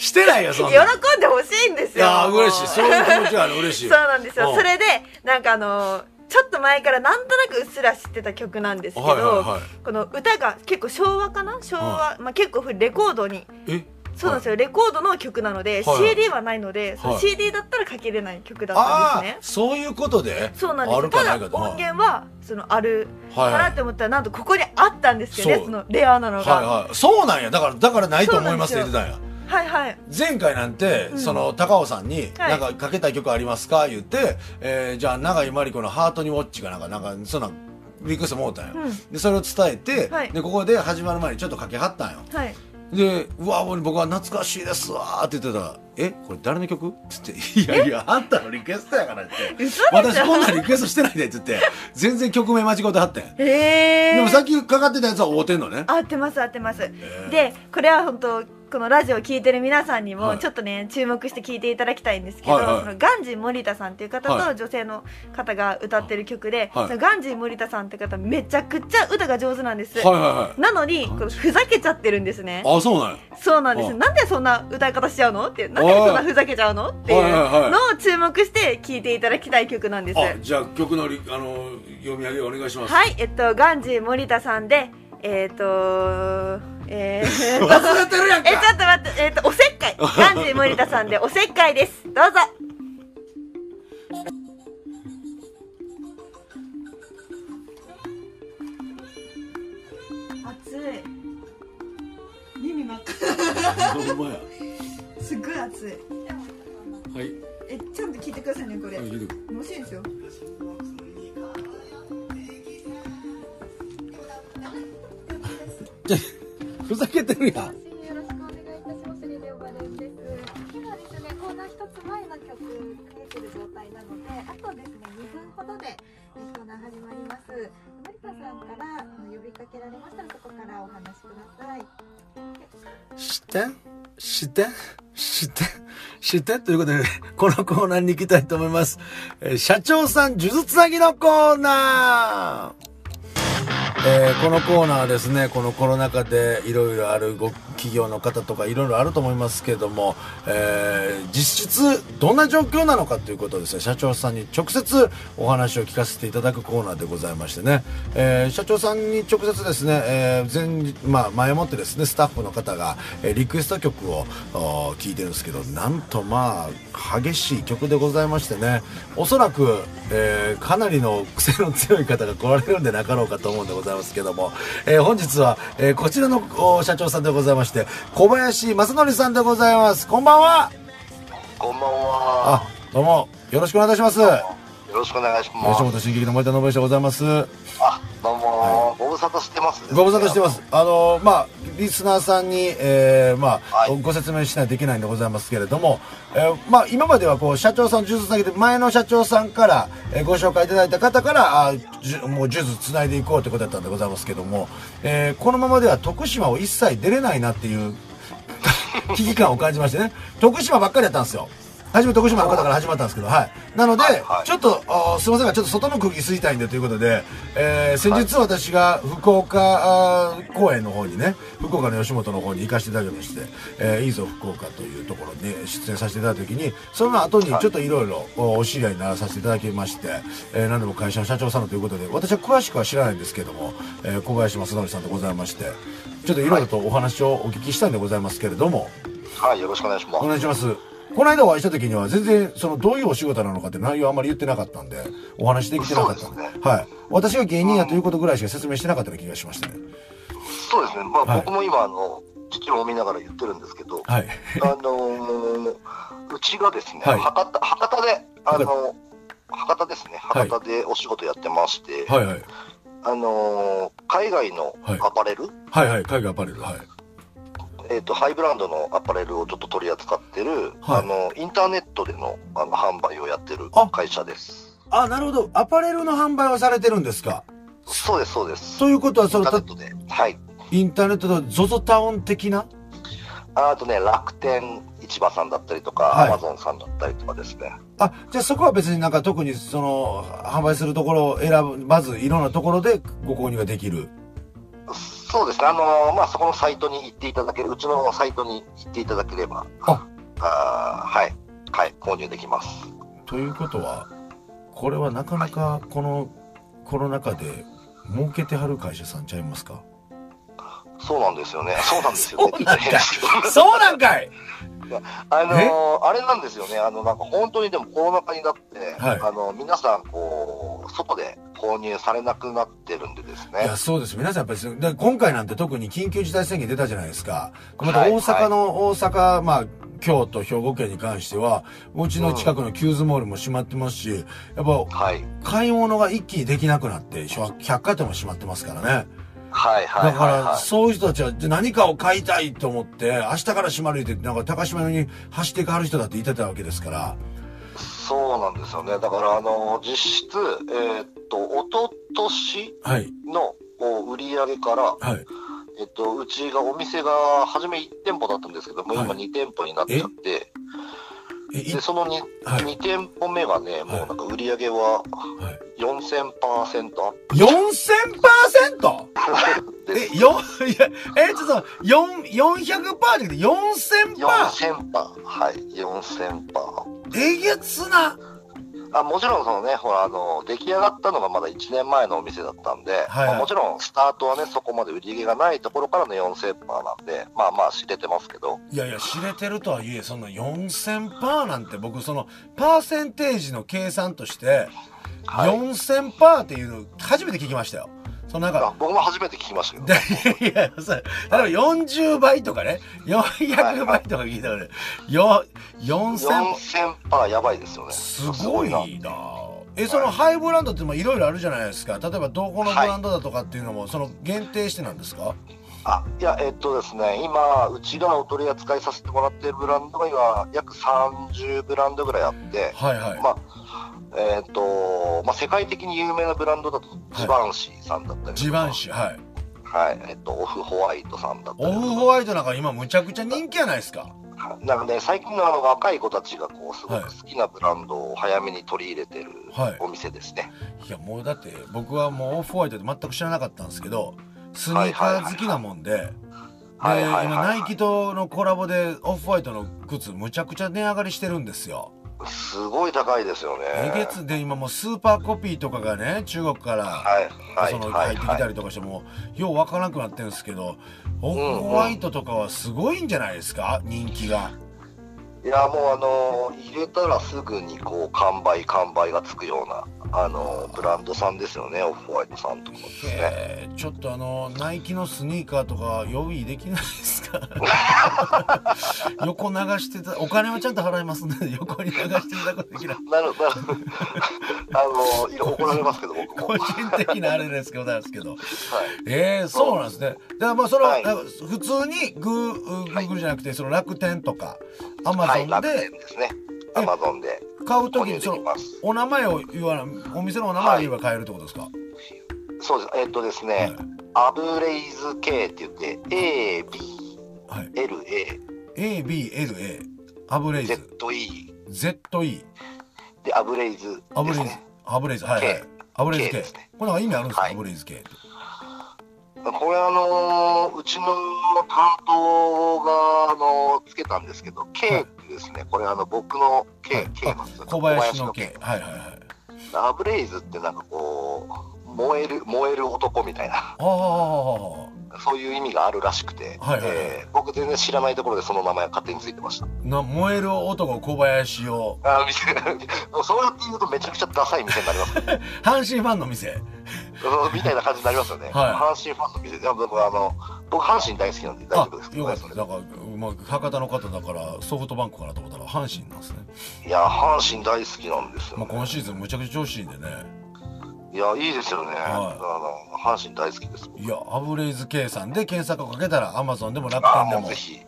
C: してないよそん
B: 喜
C: なん
B: んでほしいんです
C: い
B: よ。
C: やー嬉しいそういう気持ちはある嬉しい
B: そうなんですよ。
C: うん
B: それで、なんかあのーちょっと前からなんとなくうっすら知ってた曲なんですけど、
C: はいはいはい
B: この歌が結構昭和かな昭和、まあ結構レコードに、
C: え
B: そうなんですよ、レコードの曲なので、
C: はいはい
B: CD はないので、その
C: はい
B: CD だったらかけれない曲だった
C: あ
B: んです
C: あ。
B: ね
C: そういうことで
B: そうなんで
C: あ
B: すよ
C: るかな
B: た
C: い
B: だ
C: か
B: 音源はそのあるかなって思ったらなんとここにあったんですよね、
C: そう
B: そのレアなのが、
C: はいはいそうなんやだからだからないと思いますって
B: そう
C: 言っ
B: な
C: て
B: んで
C: たんや
B: はいはい
C: 前回なんて、
B: うん
C: その高尾さんに「
B: はい
C: なんかかけたい曲ありますか?」言って、えーじゃあ永井真理子の「ハートにウォッチ」かなんかなんかそんなリクエストもうたんや、
B: うん
C: でそれを伝えて、
B: はい
C: でここで始まる前にちょっとかけはったんよ
B: はい
C: で「うわ俺僕は懐かしいですわ」って言ってたら「えこれ誰の曲?」っつって「いやいやあんたのリクエストやから」って
B: 嘘でしょ
C: 「私こんなリクエストしてないで」っつって全然曲名間違ってはってん
B: へえ
C: でもさっきかかってたやつは合うてんのね
B: 合ってます合ってます、
C: ー
B: でこれは本当このラジオを聞いてる皆さんに
C: は
B: も
C: い
B: ちょっとね、注目して聞いていただきたいんですけど、
C: はいはい
B: そのガンジー森田さんっていう方
C: は
B: と女性の方が歌ってる曲で、
C: はい
B: そのガンジー森田さんって方めちゃくちゃ歌が上手なんです、
C: はいはいはい
B: なのにこれふざけちゃってるんですね
C: あそうなんや
B: そうなんです
C: はい
B: なんでそんな歌い方しちゃうのってなんでそんなふざけちゃうのっていう
C: はいはいはい
B: のを注目して聞いていただきたい曲なんです
C: あじゃあ曲のリあの読み上げお願いします、
B: はいえっとガンジー森田さんでえっ、とえー、
C: *laughs* 忘れてるやん
B: え、ちょ
C: か
B: っと待って、えっ、と、おせっかい。ガンジー森田さんでおせっかいです。どうぞ。暑い。耳真っ
C: ほんまや
B: 赤。すっごい暑い。
C: はい
B: え、ちゃんと聞いてくださいね、これ。
C: はい聞いて
B: 面白いですよ。
C: じゃふざけてるやん
D: よろしくお願いいたします。リレオバレンです。今ですね、コーナー一つ前の曲かけてる状態なので、あとですね、2分ほどでえーコーナー始まります。森田さんからあの呼びかけられましたら、そこからお話しください。
C: してしてしてしてということで、 *laughs* このコーナーに行きたいと思います。えー社長さん、数珠つなぎのコーナーえーこのコーナーはですねこのコロナ禍でいろいろあるご企業の方とかいろいろあると思いますけども、えー実質どんな状況なのかということをですね社長さんに直接お話を聞かせていただくコーナーでございましてね、えー社長さんに直接ですね、えー前日まあ、前もってですねスタッフの方が、えーリクエスト曲をお聞いてるんですけどなんとまあ激しい曲でございましてねおそらく、えーかなりの癖の強い方が来られるんでなかろうかと思うんでございますけども、えー本日は、えーこちらのお社長さんでございまして小林正則さんでございますこんばんは
E: こんばん
C: あ
E: は。
C: どうもよろしくお願いいたします
E: よろしくお願いします
C: 吉。本新喜劇の森田信之でございます
E: あ、どうも、ご無沙汰してます、。
C: ご無沙汰してますす。あのまあリスナーさんに、えーまあ、
E: はい
C: ご説明しないといけないんでございますけれども、えーまあ今まではこう社長さんの数珠つなげて前の社長さんから、えーご紹介いただいた方からあーじゅもう数珠つないでいこうってことだったんでございますけども、えーこのままでは徳島を一切出れないなっていう危機感を感じましてね徳島ばっかりやったんですよ。初め徳島の方から始まったんですけど、はい。なので、
E: はいはい
C: ちょっと、あーすいませんが、ちょっと外の空気吸いたいんでということで、えー先日私が福岡あー公園の方にね、福岡の吉本の方に行かせていただきまして、えーいいぞ福岡というところに出演させていただいた時に、その後にちょっといろいろお知り合いにならさせていただきまして、えー何でも会社の社長さんということで、私は詳しくは知らないんですけども、えー小林正則さんでございまして、ちょっといろいろとお話をお聞きしたいんでございますけれども、
E: はい、よろしくお願いしま
C: お
E: す。
C: 願いしますこの間お会いした時には全然そのどういうお仕事なのかって内容あんまり言ってなかったんでお話できてなかった、
E: そうですね
C: はい私が芸人やということぐらいしか説明してなかったような気がしましたね
E: そうですね。まあ、
C: はい
E: 僕も今、あの、父を見ながら言ってるんですけど、
C: はい
E: あのーうちがですね、
C: はい
E: 博多、博多で、あ
C: 博多
E: の、博多ですね、
C: はい
E: 博多でお仕事やってまして、
C: はいはい
E: あのー海外の
C: はい
E: アパレル、
C: はいはい海外アパレルはい
E: えっ、と、ハイブランドのアパレルをちょっと取り扱ってる、
C: はい
E: あの、インターネットでのあの販売をやってる
C: あ
E: 会社です。
C: あなるほどアパレルの販売はされてるんですか
E: そうです、そうです。
C: ということはそ
E: イン
C: の
E: ターネ
C: た
E: ットで。はい。
C: インターネットの ZOZO タウン的な
E: ああとね、楽天市場さんだったりとか、
C: は
E: ア
C: い
E: マゾンさんだったりとかですね。
C: あじゃあそこは別になんか特にその販売するところを選ぶまずいろんなところでご購入ができる
E: そうですね、あのーまあ、そこのサイトに行っていただける、うちのサイトに行っていただければ、
C: あ
E: あーはい、はい、購入できます。
C: ということはこれはなかなかこのコロナ禍で儲けてはる会社さんちゃいますか
E: そうなんですよね、そうなんですよね、
C: そうなんだ
E: 変ですけど
C: そうなんかい
E: あのーあれなんですよね、あの、なんか本当にでもコロナ禍になって、
C: はい
E: あの、皆さん、こう、外で購入されなくなってるんでですね。
C: やそうです皆さんやっぱりそうで今回なんて特に緊急事態宣言出たじゃないですかまた
E: はい
C: 大阪の、大阪まあ京都兵庫県に関してはうちの近くのキューズモールも閉まってますしやっぱ
E: はい、
C: 買い物が一気にできなくなって百貨店も閉まってますからね
E: はい、はい、
C: だか
E: はい、
C: ら、
E: はい。
C: そういう人たちはじゃあ何かを買いたいと思って、明日から閉まるって、なんか高島屋に走っていかはる人だっていてたわけですから。
E: そうなんですよね。だから、あの、実質、えーっと、おととし
C: はい、
E: のこう売り上げから、
C: はい。
E: えっと、うちがお店が初め1店舗だったんですけども、
C: はい
E: 今2店舗になっちゃって、
C: え、い
E: で、その 2,、
C: はい
E: 二店舗目がね、もうなんか売り上げは
C: はい
E: 4000%アッ
C: 4000%?
E: プで
C: え、
E: す。
C: よ、いや、え、ちょっと、4、400%じゃなくて 4000%?
E: 4000%パー。はい、4000%パー。
C: えげつな。
E: あもちろんそのね、ほら、あの、出来上がったのがまだ1年前のお店だったんで、
C: はい
E: まあもちろんスタートはね、そこまで売り上げがないところからの4000%パーなんで、まあまあ知れてますけど、
C: いやいや、知れてるとはいえ、その4000%なんて僕、その、パーセンテージの計算として、
E: はい。
C: 4000%っていうの初めて聞きましたよ。そのなんか
E: あ、僕も初めて聞きましたけど、
C: でいやいや、そう例えば40倍とかね、400倍とか聞いたらね、よ4000、
E: 4000%パーやばいですよね。
C: すごい
E: な。
C: な。え、そのハイブランドっていろいろあるじゃないですか。例えばどこのブランドだとかっていうのも、その限定してなんですか
E: あいや、えっとですね、今、うちがお取り扱いさせてもらっているブランドが今、約30ブランドぐらいあって、
C: はいはい。
E: まあ、えっと、まあ、世界的に有名なブランドだと、ジバンシーさんだったりとか、
C: ジバンシー、はい。
E: はい、えっと、オフホワイトさんだったり
C: オ
E: とか
C: フホワイトなんか今むちゃくちゃ人気やないですか。
E: なんかね、最近のあの若い子たちがこうすごく好きなブランドを早めに取り入れてる
C: はい
E: お店ですね。
C: いやもうだって僕はもうオフホワイトで全く知らなかったんですけどスニーカー好きなもんで、
E: はいはいはい
C: で今ナイキとのコラボでオフホワイトの靴むちゃくちゃ値上がりしてるんですよ。
E: すごい高いですよね。
C: えげつで今もうスーパーコピーとかがね中国から、
E: はいはい
C: その
E: は
C: 入
E: い
C: ってき
E: は
C: た
E: い。
C: りとかしてもうようわからなくなってるんですけどオフホワイトとかはすごいんじゃないですか人気が。
E: いやもうあの入れたらすぐにこう完売完売がつくようなあのブランドさんですよね。オフホワイトさんとかですね。
C: えーちょっとあのナイキのスニーカーとか用意できないです
E: *laughs*
C: か横流してたお金はちゃんと払いますので横に流していただくことできない
E: なるなる *laughs* あのいろ怒られますけど僕も。
C: 個
E: はい
C: 人的なあれですけどですけどえー、そうなんですねだからまあそれは、
E: はい
C: なんか普通にグーグーグルじゃなくてその楽天とかアマ
E: は
C: ゾ
E: い
C: ン
E: 楽
C: で
E: 天ですね。アマゾンで
C: 買う
E: 購
C: 時
E: 入
C: に
E: で
C: そ
E: き
C: の
E: ます。
C: お名前を言わないお店のお名前を言えば買えるってことですか、
E: そうです。えっとですね。
C: はい
E: アブレイズ系って言って A B
C: はい
E: L A
C: ABLA アブレイズ
E: Z E
C: ZE
E: でアブレイズ
C: アブ
E: で
C: レ
E: す
C: イズ
E: ね。
C: アブレイズはいはい
E: K
C: アブレイズ
E: K
C: 系
E: ですね
C: これなんか意味あるんですか、
E: はい
C: アブレイズ系って
E: これあのーうちの担当があのーつけたんですけど K ってですね。これあの僕の K、
C: はい
E: K なんですよ
C: 小林の系はいはいはい
E: アブレイズってなんかこう燃える燃える男みたいな
C: ああ
E: そういう意味があるらしくて、
C: はいはいはい
E: えー僕全然知らないところでその名前が勝手についてました。
C: な燃える男小林を
E: あー店もうそうやって言うとめちゃくちゃダサい店になりますね
C: 阪神ファンの店
E: そうみたいな感じになりますよね。
C: は
E: 阪神ファンの店でも僕あの僕阪神大好きなんで大
C: あ
E: 丈夫ですけ
C: よ
E: ど
C: か
E: ね。
C: っ
E: そ
C: た
E: れ
C: だから、まあ、博多の方だからソフトバンクかなと思ったら阪神なんですね、
E: いや阪神大好きなんですよ、
C: まあ、
E: ね
C: 今シーズンむちゃくちゃ調子いいんでね
E: いやいいですよね。
C: は
E: あの阪神大好きです。僕
C: いやアブレイズ計算で検索をかけたらアマゾンでも楽
E: あ
C: 天で
E: もう
C: も
E: ぜひ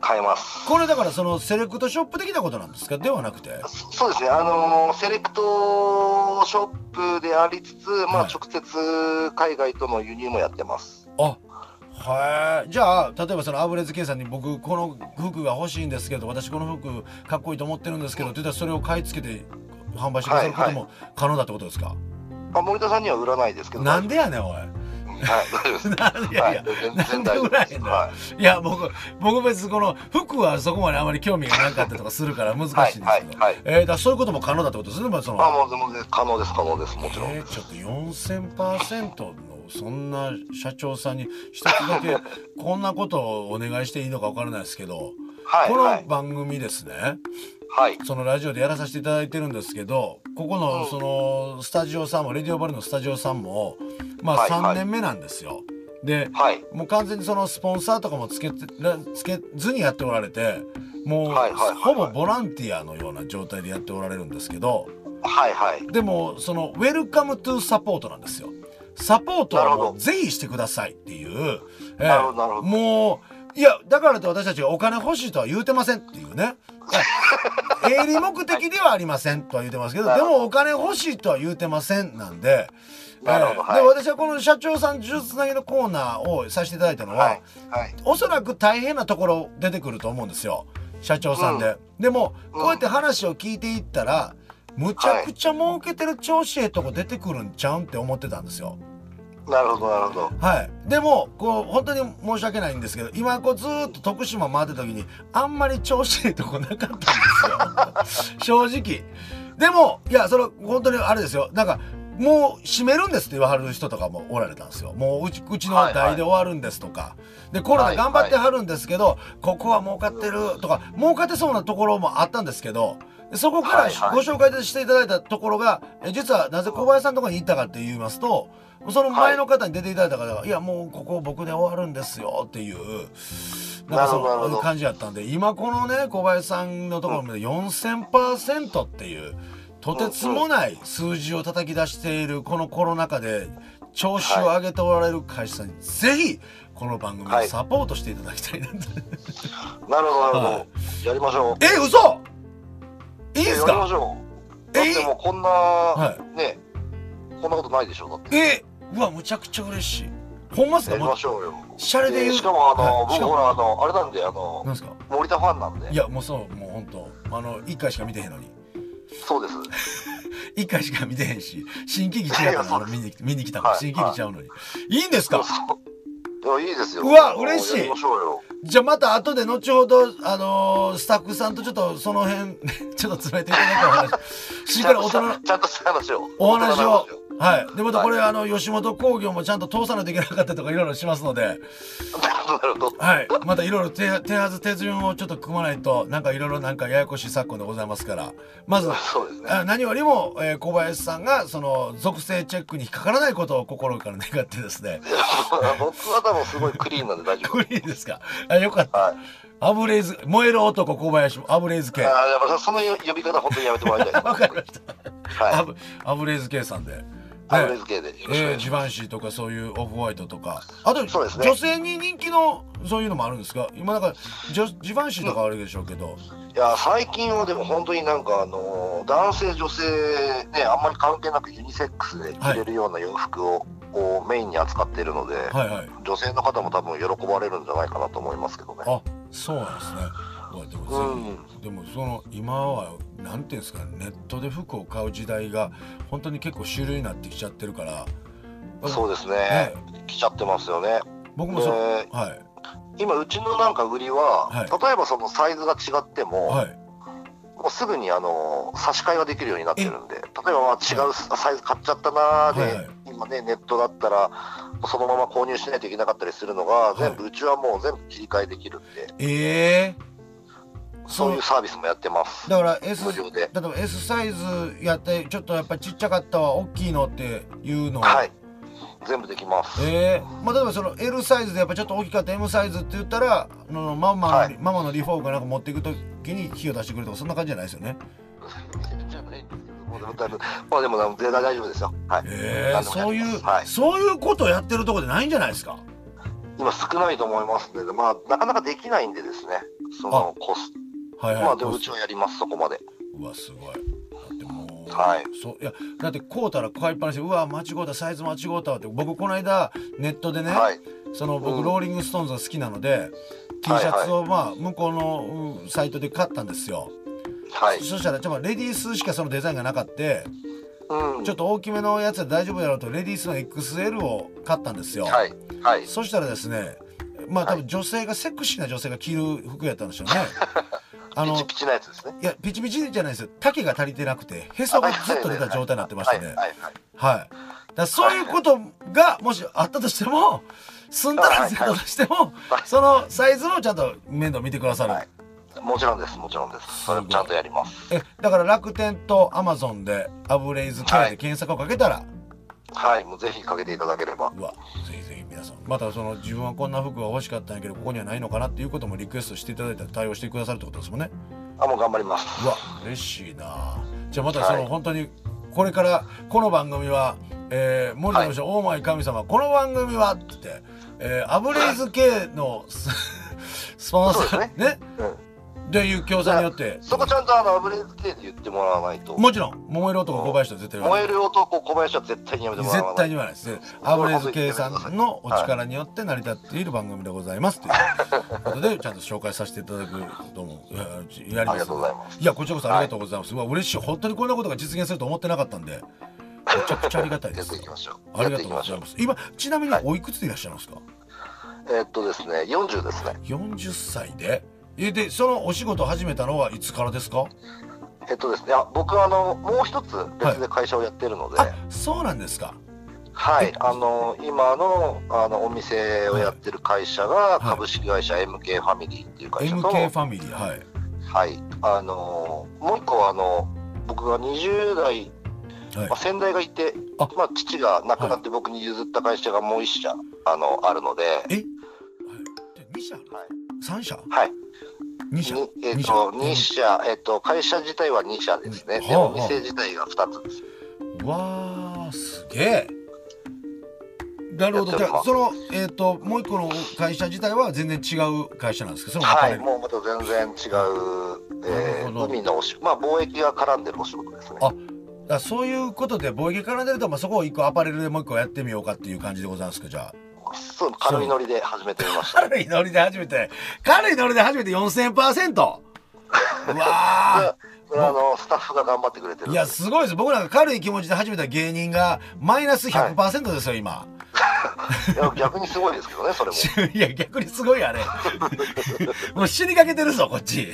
E: 買えます。
C: これだからそのセレクトショップ的なことなんですかではなくて
E: そそうですね。あのセレクトショップでありつつ、まあ
C: はい
E: 直接海外との輸入もやってます。
C: あはいじゃあ例えばそのアブレズケイさんに僕この服が欲しいんですけど私この服かっこいいと思ってるんですけどって言ったらそれを買い付けて販売してくださることも可能だってことですか、
E: まあ森田さんには売らないですけど。
C: なんでやねんおい *laughs*
E: うんはい大丈夫です。
C: なん *laughs* でやいや、
E: はい、
C: な
E: 全
C: ん
E: 然
C: で
E: 大丈
C: 売
E: 夫
C: ら
E: で
C: へ
E: す。
C: んの、、
E: はい
C: や僕僕別にこの服はそこまであまり興味がなかったりとかするから難しいんですけど、
E: はいはいはい
C: えーだからそういうことも可能だってことですねまあそ
E: い。
C: の
E: まあもう全然可能です可能ですもちろん。
C: えーちょっと4000%のそんな社長さんに一つだけこんなことをお願いしていいのかわからないですけど、
E: はい
C: こ
E: は
C: の
E: い
C: 番組ですね
E: はい
C: そのラジオでやらさせていただいてるんですけどここの
E: うん
C: そのスタジオさんもレディオバルのスタジオさんもまあ
E: はいはい
C: 3年目なんですよ。で
E: はい。
C: もう完全にそのスポンサーとかもつけてらつけずにやっておられてもう
E: はいはいはいはい
C: ほぼボランティアのような状態でやっておられるんですけど。
E: はいはい。
C: でもそのウェルカムトゥサポートなんですよサポート
E: な
C: は
E: るほ
C: も
E: ど
C: うぜひしてくださいっていう、え
E: なるほどなるほど
C: もういやだからって私たちがお金欲しいとは言うてませんっていう
E: *laughs*
C: ねえ営利目的ではありませんとは言うてますけど
E: な
C: で
E: るほど
C: もお金欲しいとは言うてませんなんで
E: なるほど
C: えー
E: はい
C: で私はこの社長さん呪術つなぎのコーナーをさせていただいたのは、
E: はいはい。
C: おそらく大変なところ出てくると思うんですよ社長さんで、でも
E: うん
C: こうやって話を聞いていったらむちゃくちゃ儲けてる調子ええとこ出てくるんちゃうんって思ってたんですよ
E: なるほどなるほど。
C: はいでもこう本当に申し訳ないんですけど今こうずーっと徳島回ってた時にあんまり調子ええとこなかったんですよ *laughs* 正直でもいやそれ本当にあれですよなんかもう閉めるんですって言わはる人とかもおられたんですよもううちうちの代で終わるんですとか、でコロナ頑張ってはるんですけど、ここは儲かってるとか儲かってそうなところもあったんですけどそこから
E: はいはい
C: ご紹介していただいたところが、え実はなぜ小林さんのところに行ったかって言いますとその前の方に出ていただいた方が、い、やもうここ僕で終わるんですよっていうなんかそ
E: なるほどなるほ
C: の
E: ど
C: 感じやったんで今このね小林さんのところまで4000%っていうとてつもない数字を叩き出しているこのコロナ禍で調子を上げておられる会社さんにぜひこの番組をサポートしていただきたいなと、
E: なるほどなるほど。
C: は
E: やりましょう。
C: え嘘いいん
E: え
C: す
E: やりま
C: か
E: しょう。
C: え
E: だってもうこんな、
C: い
E: ねこんなことないでしょだって。
C: えうわむちゃくちゃ嬉しいほんまっすか
E: やり
C: もう
E: ましょうよ。
C: シャレで言う
E: しかもあの、
C: はいしかも
E: 僕ほらあのあれなんであの
C: なんですか
E: 森田ファンなんで
C: いやもうそうもう本当あの1回しか見てへんのに
E: そうです
C: 1回しか見てへん
E: *laughs*
C: し新喜劇違った
E: いやそ
C: の
E: う
C: 俺
E: です
C: 見に来て見に来たから
E: はい
C: 新喜劇ちゃうのにいいんです
E: そう
C: か
E: そういやいいですよ
C: うわ
E: あの
C: 嬉しい
E: やりましょうよ
C: じゃあまた後で後ほどあのースタッフさんとちょっとその辺 *laughs* ちょっと詰めていただいてお
E: *laughs*
C: 話しっ
E: ち
C: か
E: ゃん
C: り大
E: と
C: 人の
E: したちゃんとした話を
C: お話
E: 大
C: を
E: 人の話
C: はいでまたこれ、
E: はい
C: あの吉本興業もちゃんと通さないといけなかったりとかいろいろしますので
E: をなるほど
C: はいまたいろいろ手手はず手順をちょっと組まないとなんかいろいろなんかややこしい昨今でございますからまず
E: *laughs* そうですね
C: あ何よりも、えー小林さんがその属性チェックに引っかからないことを心から願ってですね
E: 僕は多分すごいクリーンなんで大丈夫
C: これいいですかあよかった、
E: はい
C: アブレイズ燃える男小林もアブレイズ
E: あ
C: 系
E: ーやっぱその呼び方本当にやめてもらいた
C: *laughs*
E: い
C: わかりました
E: は
C: ア
E: い
C: ブアブレイズ系さんで、ね
E: アブレス系でよろし
C: え
E: くお願
C: ー
E: い
C: ジ
E: し
C: バ
E: ま
C: ン
E: す
C: シーとかそういうオフホワイトとかあと、
E: そうですね
C: 女性に人気のそういうのもあるんですか今なんかジョジバンシーとかあるでしょうけど、
E: いや最近はでも本当になんかあの男性女性ねあんまり関係なくユニセックスで着れるような洋服を、こうメインに扱っているので、
C: はいはい
E: 女性の方も多分喜ばれるんじゃないかなと思いますけどね。
C: あそうなんですねうわでも
E: う
C: 全部
E: ん、
C: でもその今はなんていうんですかねネットで服を買う時代が本当に結構主流になってきちゃってるから
E: そう
C: う
E: ですね、来ちゃってますよね。
C: 僕もそう
E: で、
C: はい
E: 今、うちのなんか売りは、
C: はい
E: 例えばそのサイズが違っても、
C: はい
E: もうすぐにあの差し替えができるようになってるんで、例えばまあ違うサイズ買っちゃったなーで、
C: はいはい
E: 今ね、ネットだったら、そのまま購入しないといけなかったりするのが、
C: い
E: 全部、うちはもう全部切り替えできるんで、
C: ええ
E: そういう
C: そ
E: サービスもやってます
C: う。だから S
E: 無料で。
C: 例えば S サイズやってちょっとやっぱちっちゃかったわ大きいのっていうの
E: はい。全部できます。
C: ええまあ例えばその L サイズでやっぱちょっと大きかった M サイズって言ったらあのママの、
E: はい
C: ママのリフォームかなんか持っていく時に火を出してくれるとかそんな感じじゃないですよね
E: じゃないんですけどもうでもだいぶまあでもなんで大丈夫ですよ。はい。
C: ええ
E: 何でもや
C: そう
E: ります
C: いう、
E: はい。
C: そういうことやってるとこじゃないんじゃないですか
E: 今少ないと思いますので、まあなかなかできないんでですね。そのコスト。
C: はいはい、
E: まあでも
C: こ
E: うちはやりますそこまで。
C: うわすごいだってもう、
E: はい
C: そういやだってこうたら買いっぱなしでうわ間違うたサイズ間違うたわって僕この間ネットでね、
E: はい。
C: その僕、
E: うん
C: ローリングストーンズが好きなので T シ
E: はい
C: ャツをまあ向こうのうんサイトで買ったんですよ、
E: はい。
C: そしたらちょっとレディースしかそのデザインがなかって
E: うん。
C: ちょっと大きめのやつで大丈夫だろうとレディースの XL を買ったんですよ、
E: はい。はい。
C: そしたらですねまあ多
E: は
C: 分女性がセクシーな女性が着る服やったんで
E: *laughs*
C: しょうねあ
E: ピ
C: の
E: チピチなやつですね。
C: いやピチピチじゃないですよ丈が足りてなくてへそがずっと出た状態になってましたね
E: は
C: はいい
E: はいは
C: だ
E: い。
C: からそういうことがもしあったとしても済んだら済んだとしても
E: はい
C: そのサイズのちゃんと面倒見てくださる、
E: はいもちろんです、もちろんです。それもちゃんとやります。
C: えだから楽天とアマゾンでアブレイズ系
E: は
C: で
E: い
C: 検索をかけたら、
E: はい、もうぜひかけていただければ。
C: うわぜひぜひ皆さんまたその自分はこんな服が欲しかったんやけどここにはないのかなっていうこともリクエストしていただいたら対応してくださるってことですもんね
E: あ、もう頑張ります。
C: うわ嬉しいなじゃあまたその、
E: はい
C: 本当にこれからこの番組は「えー、森田の人、オーマイ神様この番組は」って言って、えーアブレイズ系のススポンサ
E: そうで
C: ーね
E: うん。
C: っていう協賛によって
E: そこちゃんとあの、アブレーズ系で言ってもらわないと。
C: もちろん燃える男小林とは絶対言わ
E: 燃
C: な
E: え
C: い
E: る男、小林は絶対にやめてもら
C: 絶
E: わな
C: 対
E: い。
C: に言わないですアブレイズ系さんのお力によって成り立っている番組でございますということでちゃんと紹介させていただくともいややり
E: あり
C: ま
E: が
C: す
E: とうございます。
C: いやこちらこそありがとうございます、うわ嬉しい本当にこんなことが実現すると思ってなかったん
E: *laughs*
C: でめちゃくちゃありがたいで
E: やっ
C: す
E: ていきましょう。
C: あ
E: や
C: りが
E: っ
C: と
E: ていうき
C: ご
E: まし
C: ざ
E: ょ
C: いうま。す今ちなみにおいくつでいらっしゃるんですか、
E: えーっとですね、40ですね。
C: 40歳でえでそのお仕事を始めたのはいつからですか、
E: えっとですね、あ僕はあの、もう一つ別で会社をやってるので、はい
C: あ、そうなんですか
E: あの、今の、あの、お店をやってる会社が、
C: い
E: 株式会社 MK ファミリーっていう会社
C: MK
E: と、
C: ファミリーはい
E: はい、あのーもう一個はあの僕が20代、
C: はい
E: まあ、先代がいて
C: あ
E: まあ、父が亡くなって僕に譲った会社がもう一社あのあるので、
C: 2社
E: はい
C: 3社
E: はい
C: 2社
E: にえっ
C: 二社
E: と2社、えっと会社自体は2社ですね、
C: うん
E: でも
C: はあはあ
E: 店自体が2つです
C: うわーすげえなるほどじ
E: やって
C: ゃ
E: ま
C: あ
E: す
C: そのえっ、ともう一個の会社自体は全然違う会社なんですけどその
E: は
C: 別
E: い
C: れる
E: もうまた全然違う、え
C: なるほど
E: ー、海のお仕まあ貿易が絡んでるお仕事ですね
C: あだからそういうことで貿易から出ると、まあ、そこを一個アパレルでもう一個やってみようかっていう感じでございますかじゃあ
E: そう軽いノリで始めてみました。
F: 軽いノリで初めて軽いノリで初めて 4000%! うわ
E: ああのスタッフが頑張ってくれてる
F: ーいやすごいです僕なんか軽い気持ちで始めた芸人がマイナス100%ですよ、今
E: いや逆にすごいですけどねそれも
F: いや逆にすごい *laughs* あれもう死にかけてるぞこっち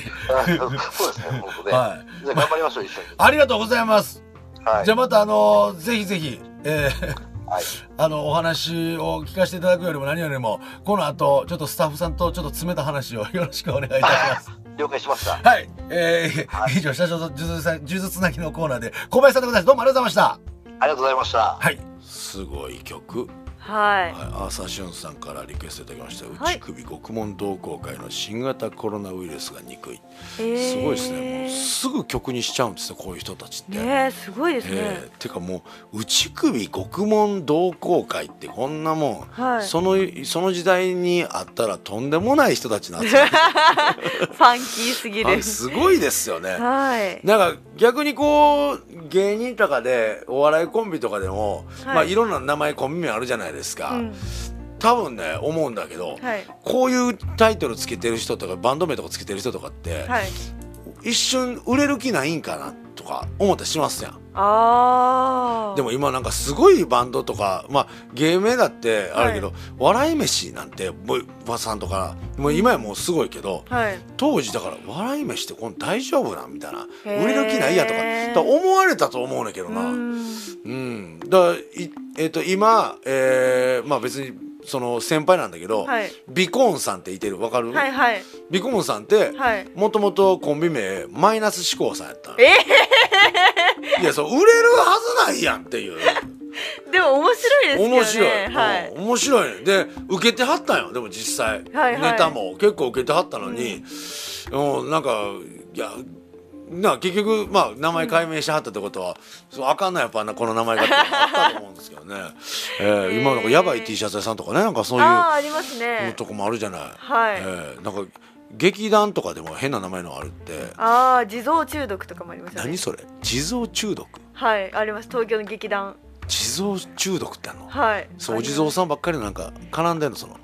E: *laughs* そうですね本当ね、
F: は
E: じゃあ頑張りましょう一緒に
F: ありがとうございます、
E: はい
F: じゃあまたあのーぜひぜひえー
E: はい
F: *laughs* あのお話を聞かせていただくよりも何よりもこの後ちょっとスタッフさんとちょっと詰めた話を *laughs* よろしくお願いいたし
C: *laughs*
F: ます。
E: 了解しました
F: はい、えー以上社長と呪術さん呪術つなぎのコーナーで小林さんでございます。どうもありがとうございまし
E: ありがとうございました
F: た。はい、
C: すごい曲
B: はい
C: はい、アーサーシュンさんからリクエストいただきました
B: は
C: 内
B: い
C: 首獄門同好会の新型コロナウイルスが憎い、
B: えー
C: すごいですねもうすぐ曲にしちゃうんですよこういう人たちって。
B: ねえすごいですね、
C: えーてかもう内首獄門同好会ってこんなもん、
B: はい
C: そのその時代にあったらとんでもない人たち
B: *laughs*
C: なんですよ
B: ファンキーすぎ
C: あ
B: る
C: れすごいですよね。
B: はい
C: なんか逆にこう芸人とかでお笑いコンビとかでも、
B: はい
C: まあいろんな名前コンビ名あるじゃないですか、
B: うん
C: 多分ね思うんだけど、
B: はい
C: こういうタイトルつけてる人とかバンド名とかつけてる人とかって、
B: はい
C: 一瞬売れる気ないんかなとか思ったりしますやん
B: ああ
C: でも今なんかすごいバンドとかまあ芸名だってあるけど、笑い飯なんてボイバさんとかもう今やもうすごいけど
B: はい
C: 当時だから笑い飯ってこの大丈夫なんみたいな
B: へー
C: 売れる気ないやとかだから思われたと思うねんけどな。
B: うん
C: うん、だからいえっと今、えーまあ、別にその先輩なんだけど、
B: はい
C: ビコーンさんっていてるわかる、
B: はいはい
C: ビコーンさんって
B: はい
C: もともとコンビ名マイナス思考さんやった
B: え
C: いやそう売れるはずないやんっていう
B: でも面白いですよね
C: 面白い、
B: はい
C: うん面白いで受けてはったんよでも実際、
B: はいはい
C: ネタも結構受けてはったのに、うん、なんかいやな結局まあ名前解明しはったってことは、そうあかんないやっぱなこの名前がっていうのがあったと思うんですけど
B: *laughs*
C: ね、えー
B: へー
C: 今なんかやばい T シャツ屋さんとかねなんかそう
B: ああ
C: い
B: あります
C: う
B: ね
C: とこもあるじゃない、
B: はい
C: えーなんか劇団とかでも変な名前のあるって
B: ああ地蔵中毒とかもありますよね
C: 何それ地蔵中毒
B: はいあります東京の劇団
C: 地蔵中毒ってあんの
B: はい
C: そうお地蔵
B: ん
C: さんばっかりなんか絡んでんのその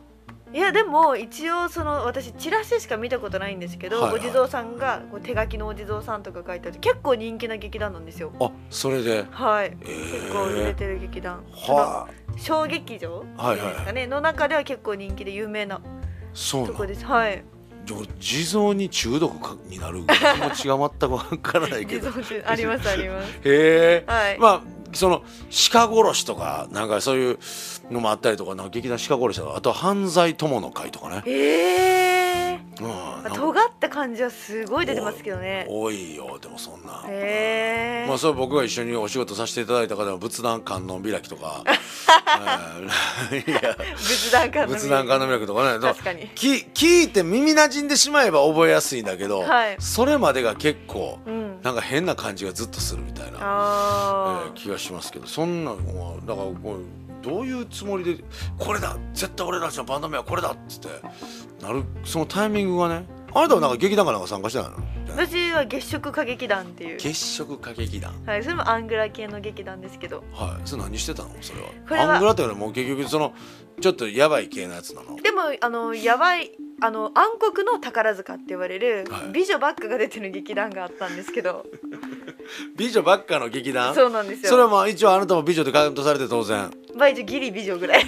B: いやでも一応その私チラシしか見たことないんですけど、
C: はいはい
B: お地蔵さんがこう手書きのお地蔵さんとか書いてあって結構人気な劇団なんですよ
C: あそれで
B: はい、
C: えー
B: 結構売れてる劇団
C: はあ
B: その小劇場
C: はいはい
B: っていうんですかねの中では結構人気で有名な
C: そうな
B: と
C: の
B: こですはい
C: 地蔵に中毒かになる気持ちが全くわからないけ
B: *laughs* 地
C: ど
B: 蔵中ありますあります
C: へえ、
B: はい
C: まあその鹿殺しとかなんかそういうのもあったりとかなんか劇団鹿殺しとかあとは犯罪友の会とかね、
B: ええ
C: うん、なんか
B: ー、尖った感じはすごい出てますけどね
C: 多いよでもそんな、
B: へえ
C: まあ、それ僕が一緒にお仕事させていただいた方は仏壇観音開きと
B: *laughs*
C: か、えーい *laughs* や
B: 仏壇家の
C: 仏壇観音開きとかねだら
B: 確かに
C: き聞いて耳なじんでしまえば覚えやすいんだけど、
B: はい
C: それまでが結構
B: うん
C: なんか変な感じがずっとするみたいな、え
B: あ
C: ー気がしますけどそんなのはだからこうどういうつもりで「これだ絶対俺たちのバンド名はこれだ!」っつってなるそのタイミングがねあなたはなんか劇団かなんか参加してないの
B: あ私は月食歌劇団っていう
C: 月食歌劇団
B: はい、それもアングラ系の劇団ですけど
C: はいそれ何してたのそれ
B: こ
C: は
B: れは
C: アングラってのはもう結局そのちょっとやばい系のやつな
B: *laughs*
C: の
B: でもあのやばいあの暗黒の宝塚って言われる
C: はい
B: 美女ばっかが出てる劇団があったんですけど、
C: 美女ばっかの劇団
B: そうなんですよ
C: それはまあ一応あなたも美女でカウントされて当然
B: まあ一応ギリ美女ぐらい *laughs*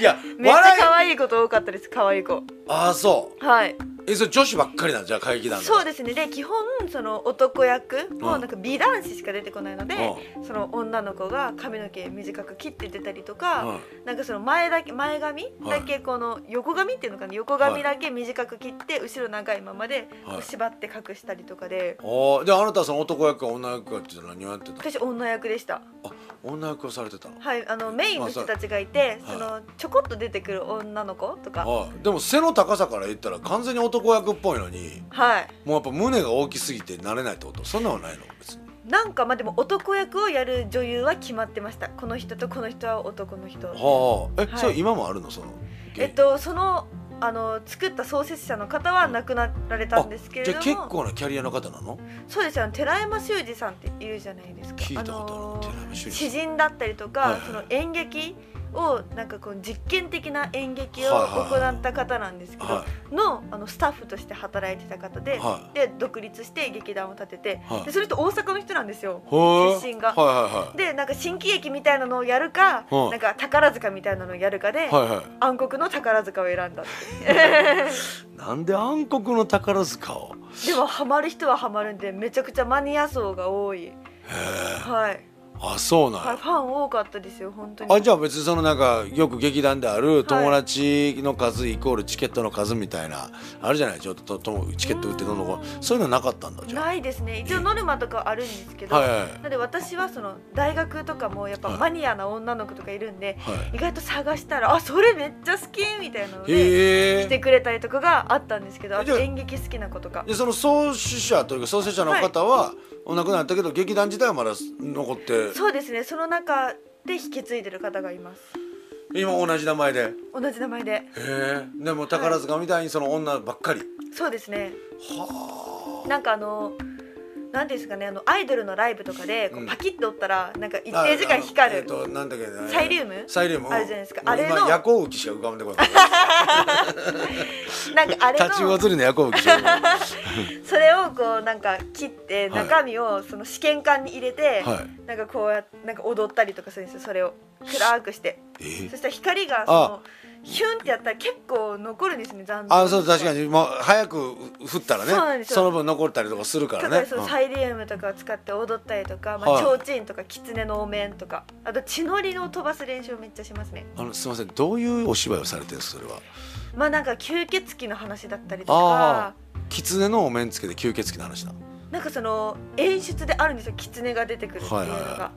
C: いや
B: めっちゃ
C: 笑い
B: 可愛い子と多かったです可愛い子
C: ああそう
B: はい
C: えそれ女子ばっかりなんじゃあ歌劇団
B: そう
C: で
B: ですねで基本その男役もなんか美男子しか出てこないので、その女の子が髪の毛短く切って出たりとか、
C: はい
B: なんかその前だけ前髪だけこの横髪っていうのかな横髪だけ短く切って後ろ長いままで
C: はい
B: 縛って隠したりとかで
C: おーであなたはその男役か女役かって言ったら何をやってた
B: 私女役でした
C: あ女役をされてたの
B: はいあのメインの人たちがいてそのちょこっと出てくる女の子とか
C: はいでも背の高さから言ったら完全に男役っぽいのに
B: はい
C: もうやっぱ胸が大きすぎて慣れないってことそんなのないの別に
B: なんかまあでも男役をやる女優は決まってましたこの人とこの人は男の人
C: はあえ、
B: はい
C: それ今もあるのその
B: えっとそのあの作った創設者の方は亡くなられたんですけれ
C: じ
B: ど
C: ゃ
B: も
C: あ結構なキャリアの方なの
B: そうですよね寺山修司さんっているじゃないですか
C: 聞いたことある、
B: のー
C: 寺山修司
B: 詩人だったりとか、
C: はいはい
B: その演劇をなんかこう実験的な演劇を
C: はいはいはい
B: 行った方なんですけど、
C: は
B: のあのスタッフとして働いてた方で、
C: は
B: で独立して劇団を立てて、
C: はい
B: でそれと大阪の人なんですよ、
C: はい
B: 出身が。
C: はい
B: でなんか新喜劇みたいなのをやるか、
C: うん
B: なんか宝塚みたいなのをやるかで、
C: はいはいはいは
B: 暗黒の宝塚を選んだって
C: いなんで暗黒の宝塚を
B: でもハマる人はハマるんでめちゃくちゃマニア層が多いはい、
C: あそうなんや
B: はい、ファン多かったですよ本当に
C: あじゃあ別にそのなんかよく劇団である友達の数イコールチケットの数みたいな、あるじゃないちょっとととチケット売ってどんどんこうそういうのなかったんだじゃ
B: ないですね一応ノルマとかはあるんですけ
C: あ
B: ど、
C: はいはい
B: なので私はその大学とかもやっぱマニアな女の子とかいるんで、
C: はい
B: 意外と探したら「あそれめっちゃ好き!」みたいなので
C: へえ
B: 来てくれたりとかがあったんですけどあ
C: じゃ
B: と
C: あ
B: 演劇好きな子とか
C: でその創始者というか創始者の方はお亡くなりになったけど、劇団自体はまだ残って
B: そうですねその中で引き継いでる方がいます
C: 今同じ名前でへ
B: 同じ名前で
C: えでも宝塚みたいにその女ばっかり、
B: そうですねなんかあのなんていうんですかねあのアイドルのライブとかでこ
C: う
B: うんパキッと折ったらなんか一
C: あ
B: 定時間光
C: あのえ
B: る
C: っ、となんだっけ
B: サイリウム
C: サイリウム
B: あるじゃないですか
C: もう今
B: あれの
C: 夜行浮きしか浮かんでこない
B: なんかあれ
C: 立ち魚
B: の
C: 釣りの夜行浮きしか浮かんでこない
B: それをこうなんか切って
C: はい
B: 中身をその試験管に入れて、
C: はい
B: なんかこうやっなんか踊ったりとかするんですよそれを暗くして
C: え
B: そしたら光がそ
C: あ
B: のヒュンってやったら結構残るんですね残像
C: あそう確かにもう早く降ったらね
B: そうなんですよ
C: の分残ったりとかするか
B: だ
C: ら
B: か
C: ね
B: らその
C: うん
B: サイリウムとかを使って踊ったりとか、まあ、
C: はい
B: 提灯とか狐のお面とかあと血のりを飛ばす練習をめっちゃしますね
C: あのすみませんどういうお芝居をされてるんですかそれは
B: まあなんか吸血鬼の話だったりと
C: ああ
B: か
C: 狐のお面つけて吸血鬼の話だ
B: なんかその演出であるんですよ狐が出てくるっていうのが、
C: はいはいは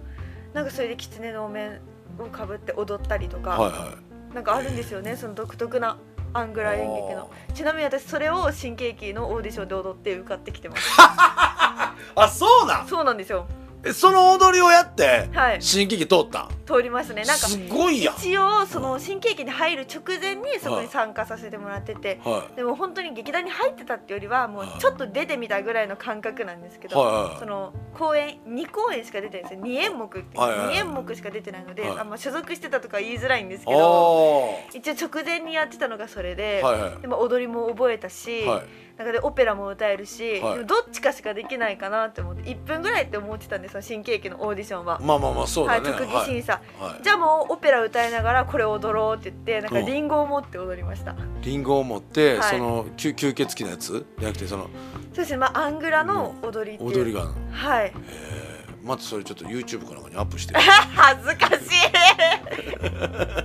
B: なんかそれで狐のお面をかぶって踊ったりとか、
C: はいは
B: なんかあるんですよねその独特なアングラ演劇のちなみに私それを新喜劇のオーディションで踊って受かってきてます
C: *laughs* いあそうなん
B: そうなんですよ
C: えその踊りをやって
B: はい
C: 新喜劇通ったん
B: 通りましたねなんか
C: すごいやん
B: 一応その新喜劇に入る直前にそこに参加させてもらってて
C: は
B: でも本当に劇団に入ってたってよりはもうちょっと出てみたぐらいの感覚なんですけ
C: い
B: ど、そ
C: は
B: の公演2公演しか出てないんですよ2演目って
C: はいはいはい
B: 2演目しか出てないので、
C: はい
B: あんま所属してたとか言いづらいんです
C: い
B: け
C: はいあ
B: ど
C: あ
B: 一応直前にやってたのがそれで、
C: はいは
B: でも踊りも覚えたし、
C: いはい
B: なんかでオペラも歌えるし、
C: はい
B: でもどっちかしかできないかなって思って1分ぐらいって思ってたんですよ新喜劇のオーディションは。
C: まあまあまあそう
B: は
C: だ
B: い、
C: ね
B: 特技
C: はい
B: 審査、
C: はい
B: じゃあもうオペラ歌いながらこれ踊ろうって言ってなんか
C: うん
B: リンゴを持って踊りました、
C: リンゴを持って
B: は
C: そ
B: い
C: の吸吸血鬼のやつじゃなくてその
B: そうですねまあアングラの踊りっていう
C: 踊りが
B: はい
C: えーまたそれちょっと YouTube かなんかにアップしてる
B: 恥ずかしい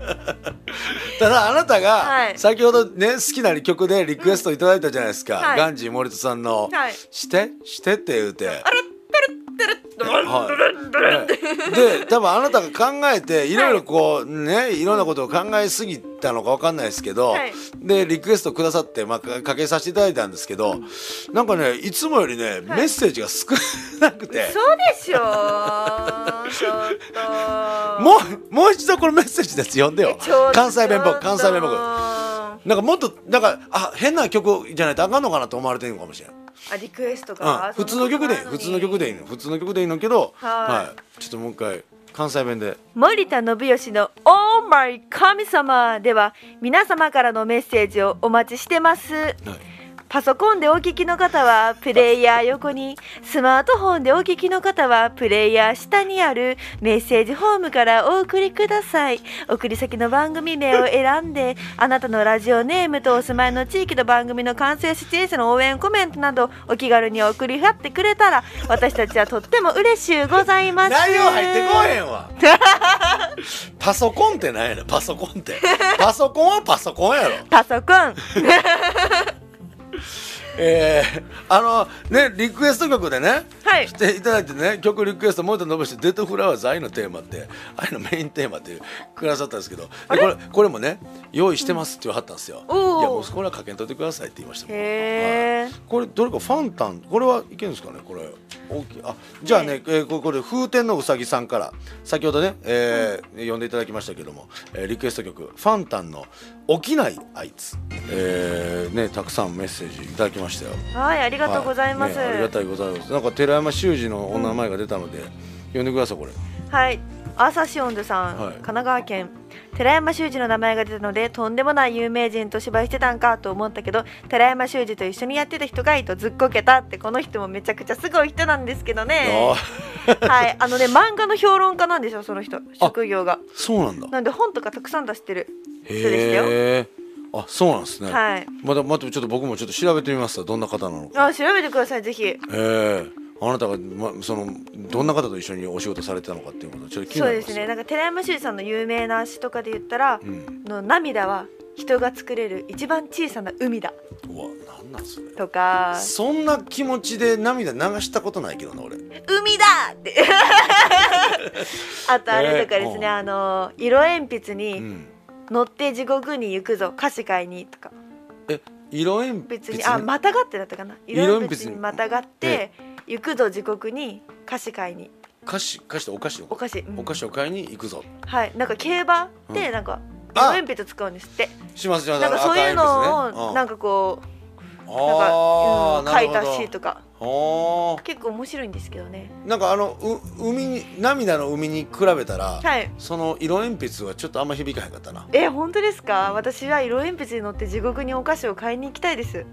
C: ただあなた
B: は
C: が
B: い
C: 先ほどね好きな曲でリクエストいただいたじゃないですか、
B: うんはい
C: ガンジー森田さんの
B: はい
C: してして」って言うて、
B: あれペルッテルッドルンドルンドルンって
C: で多分あなたが考えていろいろこうねいろんなことを考えすぎたのかわかんないですけど、
B: はい
C: でリクエストくださって、まあ、かかけさせていただいたんですけどなんかねいつもよりね、メッセージが少 *laughs* なくて。
B: そうでしょうちょっと
C: もうもう一度このメッセージです読んでよ
B: ちょっと
C: 関西弁僕関西弁僕
B: あ
C: なんかもっとなんかあ変な曲じゃないとあかんのかなと思われてるのかもしれない
B: リクエストか、
C: うん、普通の曲でいい普通の曲でいいの普通の曲でいいのけど
B: はい
C: いちょっともう一回関西弁で
B: 森田信義の「オーマイ神様」では皆様からのメッセージをお待ちしてますパソコンでお聞きの方はプレイヤー横にスマートフォンでお聞きの方はプレイヤー下にあるメッセージフォームからお送りください送り先の番組名を選んであなたのラジオネームとお住まいの地域と番組の完成シチュエーションの応援コメントなどお気軽に送り合ってくれたら私たちはとっても嬉しゅうございます
C: 内容入ってこへん *laughs* わパソコンってなんやねんパソコンってパソコンはパソコンやろ
B: パソコン
C: えー、あのねリクエスト曲でね
B: はい
C: していただいてね曲リクエスト森田信して「デッドフラワーズ愛のテーマ」って愛のメインテーマってくださったんですけどでこれこれもね用意してますって言わはったんですよ、
B: おー
C: いやもうこれはかけんといてくださいって言いましたもん
B: へー
C: これどれかファンタンこれはいけるんですかねこれ大きいあじゃあね、えーここれ風天のうさぎさんから先ほどね、えー呼んでいただきましたけども、えーリクエスト曲「ファンタンの起きないあいつ」えーねたくさんメッセージいただきましたよ
B: はいありがとうございます、
C: はねありがたいございますなんか寺山修司のお名前が出たので、呼んでくださいこれ
B: はい、アーサーシオンズさん、
C: はい
B: 神奈川県寺山修司の名前が出たのでとんでもない有名人と芝居してたんかと思ったけど寺山修司と一緒にやってた人がいいとずっこけたってこの人もめちゃくちゃすごい人なんですけどね
C: あ
B: はいあ
C: *laughs*
B: のね漫画の評論家なんですよその人職業が
C: そうなんだ
B: なんで本とかたくさん出してる人ですよ
C: へえあそうなんですね、
B: はい
C: まだまたちょっと僕もちょっと調べてみますわどんな方なのか
B: あ調べてくださいぜひ
C: へえあなたが、ま、そのどんな方と一緒にお仕事されてたのかっていうことちょっと気に
B: そう
C: なり
B: で
C: ます
B: す
C: よ
B: ねなんか寺山修司さんの有名な詩とかで言ったら「
C: うん
B: の涙は人が作れる一番小さな海だ
C: うわなんなんそれ」
B: とか
C: そんな気持ちで涙流したことないけどな俺
B: 「海だ!」って
C: *laughs*
B: あとあれとかですね、
C: えー
B: あの色鉛筆
C: う
B: に
C: ん
B: 「乗って地獄に行くぞ歌詞会に」とか
C: 色鉛筆
B: 別にあまたがってだったかな
C: 色
B: 色
C: 鉛
B: 鉛
C: 筆
B: 筆
C: に
B: にまたがって「行くぞ地獄に歌詞会に
C: 菓子菓子とお菓子を
B: お菓子、うん
C: お菓子を買いに行くぞ
B: はいなんか競馬でなんか色鉛筆使うんですって
C: しますします
B: なんかそういうのをなん
C: か
B: かこうなんか、
C: あ
B: うん、
C: ーな
B: 書
C: る
B: い
C: ほ
B: た
C: ど
B: しとか
C: あ
B: 結構面白いんですけどね
C: ーなんかあのう海に涙の海に比べたら
B: はい
C: その色鉛筆はちょっとあんま響かへんかったな
B: え本当ですか私は色鉛筆に乗って地獄にお菓子を買いに行きたいです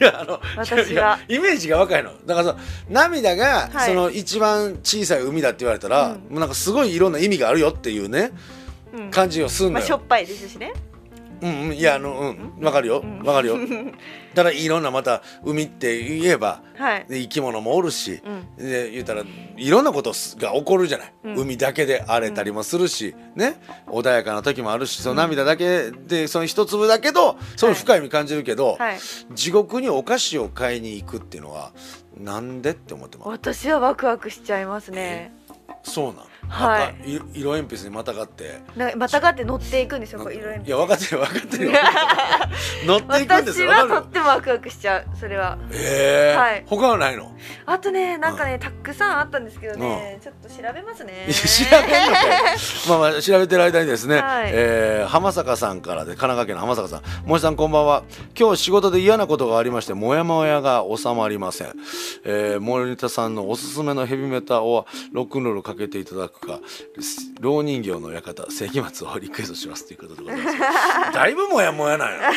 C: いやあの
B: 私が
C: いやイメージが若いのだからさ涙が
B: はい
C: その一番小さい海だって言われたら、
B: うん
C: もうなんかすごいいろんな意味があるよっていうね
B: うん
C: 感じをすんの
B: まあしょっ
C: よ、
B: ぱいですしね
C: うんうんいやあのうんわかるよ
B: うん
C: わかるよだからいろんなまた海って言えば
B: *laughs* はい
C: で生き物もおるし
B: う、ん
C: で言ったらいろんなことすが起こるじゃない、
B: うん
C: 海だけで荒れたりもするし、ね穏やかな時もあるしその涙だけでその一粒だけどその深い意味感じるけど、
B: はい
C: 地獄にお菓子を買いに行くっていうのはなんでって思ってま
B: 私はワクワクしちゃいますね
C: すそうなん,、
B: はい
C: なんかい色鉛筆にまたがって
B: なんかまたがって乗っていくんですよ
C: な
B: こ
C: んか
B: う色
C: い
B: 鉛
C: や分かってる分か
B: *laughs*
C: ってる乗っていくんです
B: 筆
C: よ
B: 私は
C: 分か
B: と
C: る
B: ってもワクワクしちゃうそれは
C: ええー
B: はい
C: 他はないの
B: あとねなんかねたくさんあったんですけどねちょっと調べますね
C: いや調べんのかよまあまあ調べてる間にですね、
B: はい
C: えー浜坂さんからで神奈川県の浜坂さん「もしさんこんばんは今日仕事で嫌なことがありましてモヤモヤが収まりません、えー、森田さんのおすすめのヘビメタをロックンロールかけていただくか「老人形の館世紀末」をリクエストしますということでございます
B: *laughs*
C: だいぶモヤモヤなんや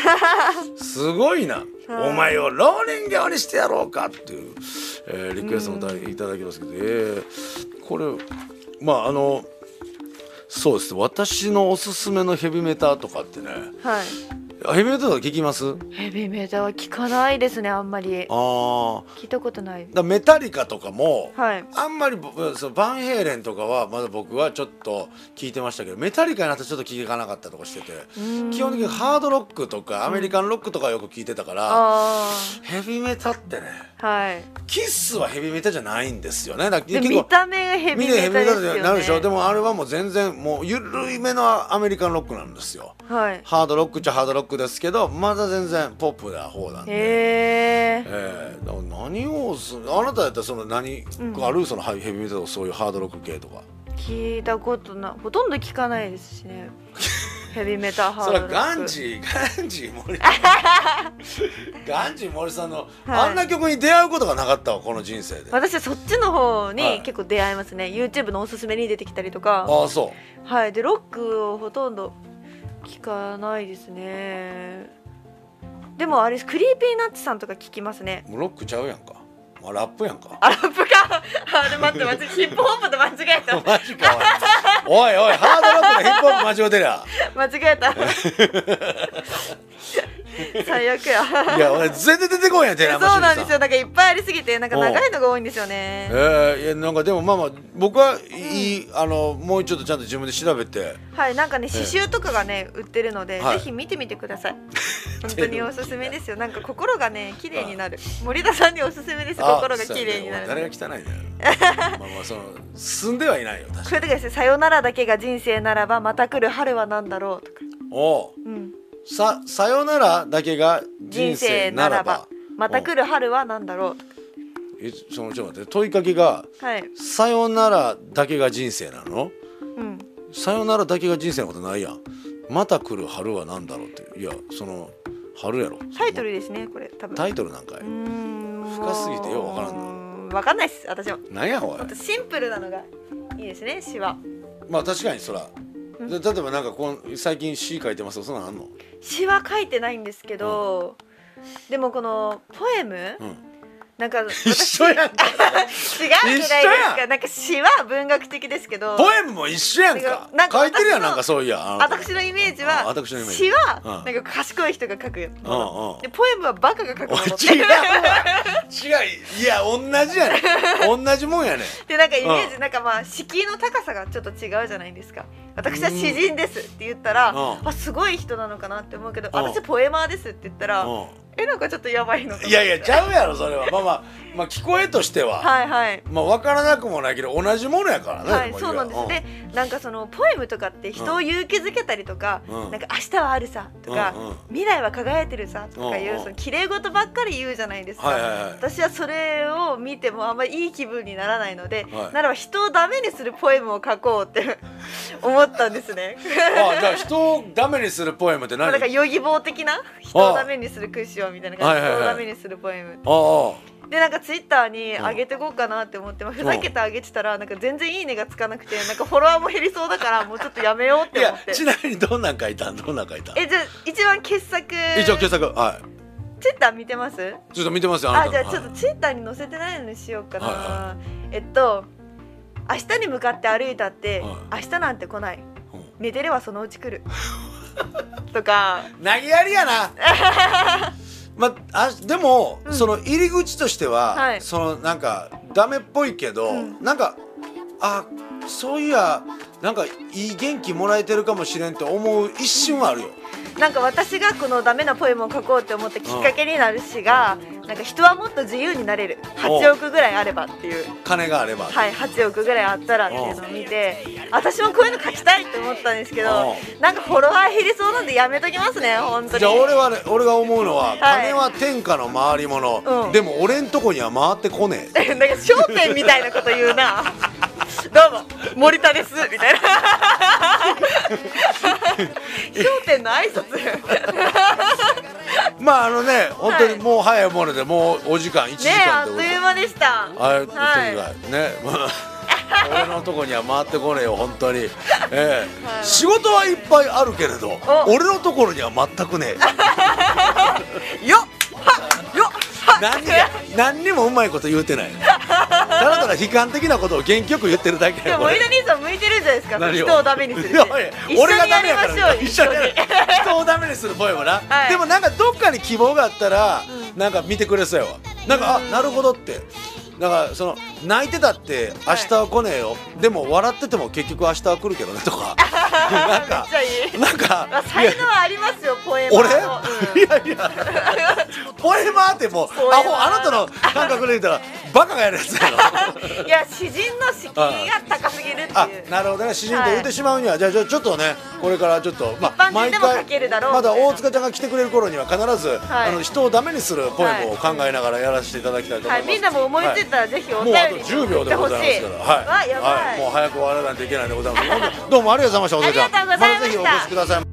C: すごいなお前を老人形にしてやろうかっていう、えーリクエストもたいただきますけど、えーこれまああのそうですね私のおすすめのヘビメタとかってね
B: はい
C: ヘビメタとか聞きます
B: ヘビメタは聞かないですねあんまり
C: あー
B: 聞いたことない
C: だメタリカとかも、
B: はい
C: あんまり僕そのバンヘイレンとかはまだ僕はちょっと聞いてましたけどメタリカになってちょっと聞かなかったりとかしてて
B: うん
C: 基本的にハードロックとかアメリカンロックとかよく聞いてたから、
B: あ
C: ヘビメタってね
B: あはい
C: キッスはヘビメタじゃないんですよね。だから
B: で
C: 結
B: 見
C: 構
B: た目がヘビ
C: 見
B: メ
C: てヘ
B: タ
C: ビメ
B: です
C: タ
B: よ
C: に
B: ね
C: なるでしょ。でもあれはもう全然もうゆるいめのアメリカンロックなんですよ。
B: はい
C: ハードロックっちゃハードロックですけど、まだ全然ポップな方なんで。
B: へえ
C: ええだから何をすあなたやったらその何
B: うん
C: ある、そのヘビメタとかそういうハードロック系とか。
B: 聞いたことなほとんど聞かないですし
C: *laughs*
B: ねヘビメタハー
C: そ
B: ド
C: れ
B: ロ
C: は
B: ック
C: ガンジーガンジー森
B: *laughs*
C: ガンジー森さんの、
B: はい
C: あんな曲に出会うことがなかったわこの人生で。
B: 私はそっちの方
C: はい
B: に結構出会いますね、YouTube のおすすめに出てきたりとか
C: ああそう。
B: はいでロックをほとんど聞かないですねでもあれクリーピーナッツさんとか聞きますね
C: もうロックちゃうやんか。まあラップやんか。
B: あラップかあれ待って待ってヒップホップと間違
C: *laughs*
B: えた
C: マジかおいおいおいハードロックのヒップホップ間違うてりゃ
B: 間違え
C: *laughs*
B: た最悪や
C: いや俺全然出てこいやん寺
B: そう
C: 山修司
B: な
C: さ
B: んですよなんかいっぱいありすぎてなんか長いのが多いんですよ
C: え
B: ね
C: ー、いやなんかでもまあまあ僕はいい、あのもうちょっとちゃんと自分で調べて
B: はいなんかね刺繍とかがね売ってるので、
C: はい
B: ぜひ見てみて
C: *laughs*
B: ください本当におすすめですよなんか心がね綺麗になる森田さんにおすすめです
C: あ
B: 心が綺麗にな
C: そうや
B: る
C: ね誰が汚いんだよまあまあその進んではいないよ確
B: こ
C: かに
B: れとかですね「さよならだけが人生ならばまた来る春は何だろう」とか、
C: おう
B: うん、
C: ささよならだけが人
B: 人
C: 生
B: 生
C: な
B: な
C: ら
B: ら
C: ば
B: ばまた来る春は何だろうと
C: えそのちょっと待って問いかけが
B: かはい、
C: さよならだけが人生なの
B: うん、
C: さよならだけが人生のことないやんまた来る春は何だろうっていやその春やろ
B: タイトルですねこれ多分
C: タイトルなんかいう
B: ーん
C: 深すぎてようわからんな
B: な分かんないです私も
C: なんやおい
B: ほんとシンプルなのがいいですね詩は
C: まあ確かにそらで例えばなんかこう最近詩書いてますよそんなんあんの
B: 詩は書いてないんですけど、でもこのポエム、 *laughs*
C: うん
B: なんか違う
C: 一緒やんか
B: じゃないです
C: 一緒や
B: かなんか詩は文学的ですけ
C: *laughs*
B: ど
C: ポエムも一緒やんか
B: なんか
C: 書いてるや
B: 私
C: ん
B: の
C: なんかそういやあなた
B: 私のイメージ
C: あ
B: は
C: 私のイメージ
B: 詩は
C: う
B: なんんか賢い人が書くもの
C: うんうん
B: でポエムはバカが書くものって
C: お違うわ違ういや同じやねん
B: *laughs*
C: 同じもんやねん
B: *laughs* でなんかイメー
C: う
B: ジなんかまあ敷居の高さがちょっと違うじゃないですか私は詩人ですって言ったら
C: うん
B: あすごい人なのかなって思うけど
C: うん
B: 私ポエマーですって言ったら
C: う
B: えなんかちょっとやばいのかなん
C: いやいやちゃうやろそれはまあまあまあ聞こえとしては、
B: はいはい
C: まあ分からなくもないけど同じものやからね、
B: はい
C: まあ
B: そうなんですね、なんかそのポエムとかって人を勇気づけたりとか、
C: うん
B: なんか明日はあるさとか、
C: うんうん
B: 未来は輝いてるさとかいう、
C: うんうん
B: その綺麗事ばっかり言うじゃないですか、
C: はいはいはい
B: 私はそれを見てもあんまりいい気分にならないので、
C: はい
B: ならば人をダメにするポエムを書こうって *laughs* 思ったんで
C: *laughs*
B: すね
C: あじゃあ人をダメにするポエムって何
B: なんかヨギ棒的な人をダメにするクッションみたいな感じで、
C: はいはいはい
B: 人をダメにするポエム
C: ああ
B: でなんかツイッターに上げてこうかなって思って、まあ、ふざけてあげてたらなんか全然いいねがつかなくてなんかフォロワーも減りそうだからもうちょっとやめようっ
C: い
B: て思
C: や
B: って
C: ちなみにどんなん書いたんどんなん書いたん
B: えじゃあ一番傑作
C: 一応傑作はい
B: ツイッター見てます
C: ちょっと見てますよあな
B: あ
C: た
B: じ
C: の
B: ゃあちょっと
C: はい
B: ツイッターに載せてないのにしようかな、
C: はい
B: えっと「明日に向かって歩いたって、
C: は
B: 明日なんて来ない
C: うん
B: 寝てればそのうち来る」 *laughs* とか
C: 投げやりやな *laughs* まあでも、
B: うん
C: その入り口としては、
B: はい
C: そのなんかダメっぽいけど、
B: うん
C: なんかあそういやなんかいい元気もらえてるかもしれんって思う一瞬はあるよ、
B: なんか私がこのダメなポエムを書こうって思ったきっかけになる詩が、なんか人はもっと自由になれる8億ぐらいあればっていう
C: 金があれば、
B: はい、8億ぐらいあったらっていうのを見て私もこういうの書きたいって思ったんですけどなんかフォロワー減りそうなんでやめときますね本当に
C: じゃあ俺はね俺が思うのは、
B: い
C: 金は天下の回り物、
B: うん
C: でも俺んとこには回ってこね
B: *laughs*
C: え
B: *laughs* なんか『笑点』みたいなこと言うな *laughs* 「どうも森田です」
C: *laughs*
B: みたいな『笑点』の
C: *laughs*
B: 挨拶
C: まああのね本当にもう早いものでもうお時間1時
B: ねえあ
C: 間
B: っ
C: ということとで
B: いう間でした
C: あれ、
B: はい
C: とにかくね、まあ、俺のとこには回ってこねえよ本当
B: *laughs*
C: に、ええ
B: はい
C: 仕事はいっぱいあるけれど
B: お
C: 俺のところには全くねえ
B: よっはよっは
C: 何に
B: *laughs*
C: 何にもうまいこと言うてないただただ悲観的なことを元気よく言ってるだけ
B: で
C: や
B: も森田兄さん向いてるんじゃないですか
C: 何を
B: 人をダメにするし
C: いやいや
B: 一緒
C: 俺が
B: に
C: ダ
B: や
C: メや
B: りま
C: か
B: しょ
C: ら
B: うよ
C: 一緒にやる人をダメにするポエムな、
B: はい
C: でもなんかどっかに希望があったら、
B: うん
C: なんか見てくれそうやわなんかあなるほどってだからその泣いてたって明日は来ねえよ、でも笑ってても結局明日は来るけどねと
B: *laughs*
C: かなん
B: めっ
C: か
B: ちゃいい
C: なんか
B: まあ、
C: い
B: 才
C: や
B: 能はありますよポエマー
C: 俺、
B: の、
C: *laughs* いやいや
B: *laughs*
C: ポエマーってもう
B: ポエマー
C: アホあなたの感覚で言ったらバカがやるやつやろ
B: うんいや詩人の敷居が高すぎるっていう
C: あなるほどね詩人と言ってしまうには、じゃあじゃあちょっとねこれからちょっと、ま
B: 一般人でも書けるだろう
C: まだ
B: みたいな
C: 大塚ちゃんが来てくれる頃には必ず、
B: はい
C: あの人をダメにするポエムを考えながらやらせていただきたいと思
B: はい
C: ます、
B: い、みんなも思いついたらぜひお
C: も
B: 便
C: うあと
B: り
C: 10秒
B: 送っ
C: で
B: て
C: ご
B: ほし
C: ざいます
B: い
C: から、
B: わやばい、
C: はい、もう早く終わらないといけないんでございます。どうもありがとうございました、大塚ちゃん。
B: ありがとうございました
C: ぜひお越しください。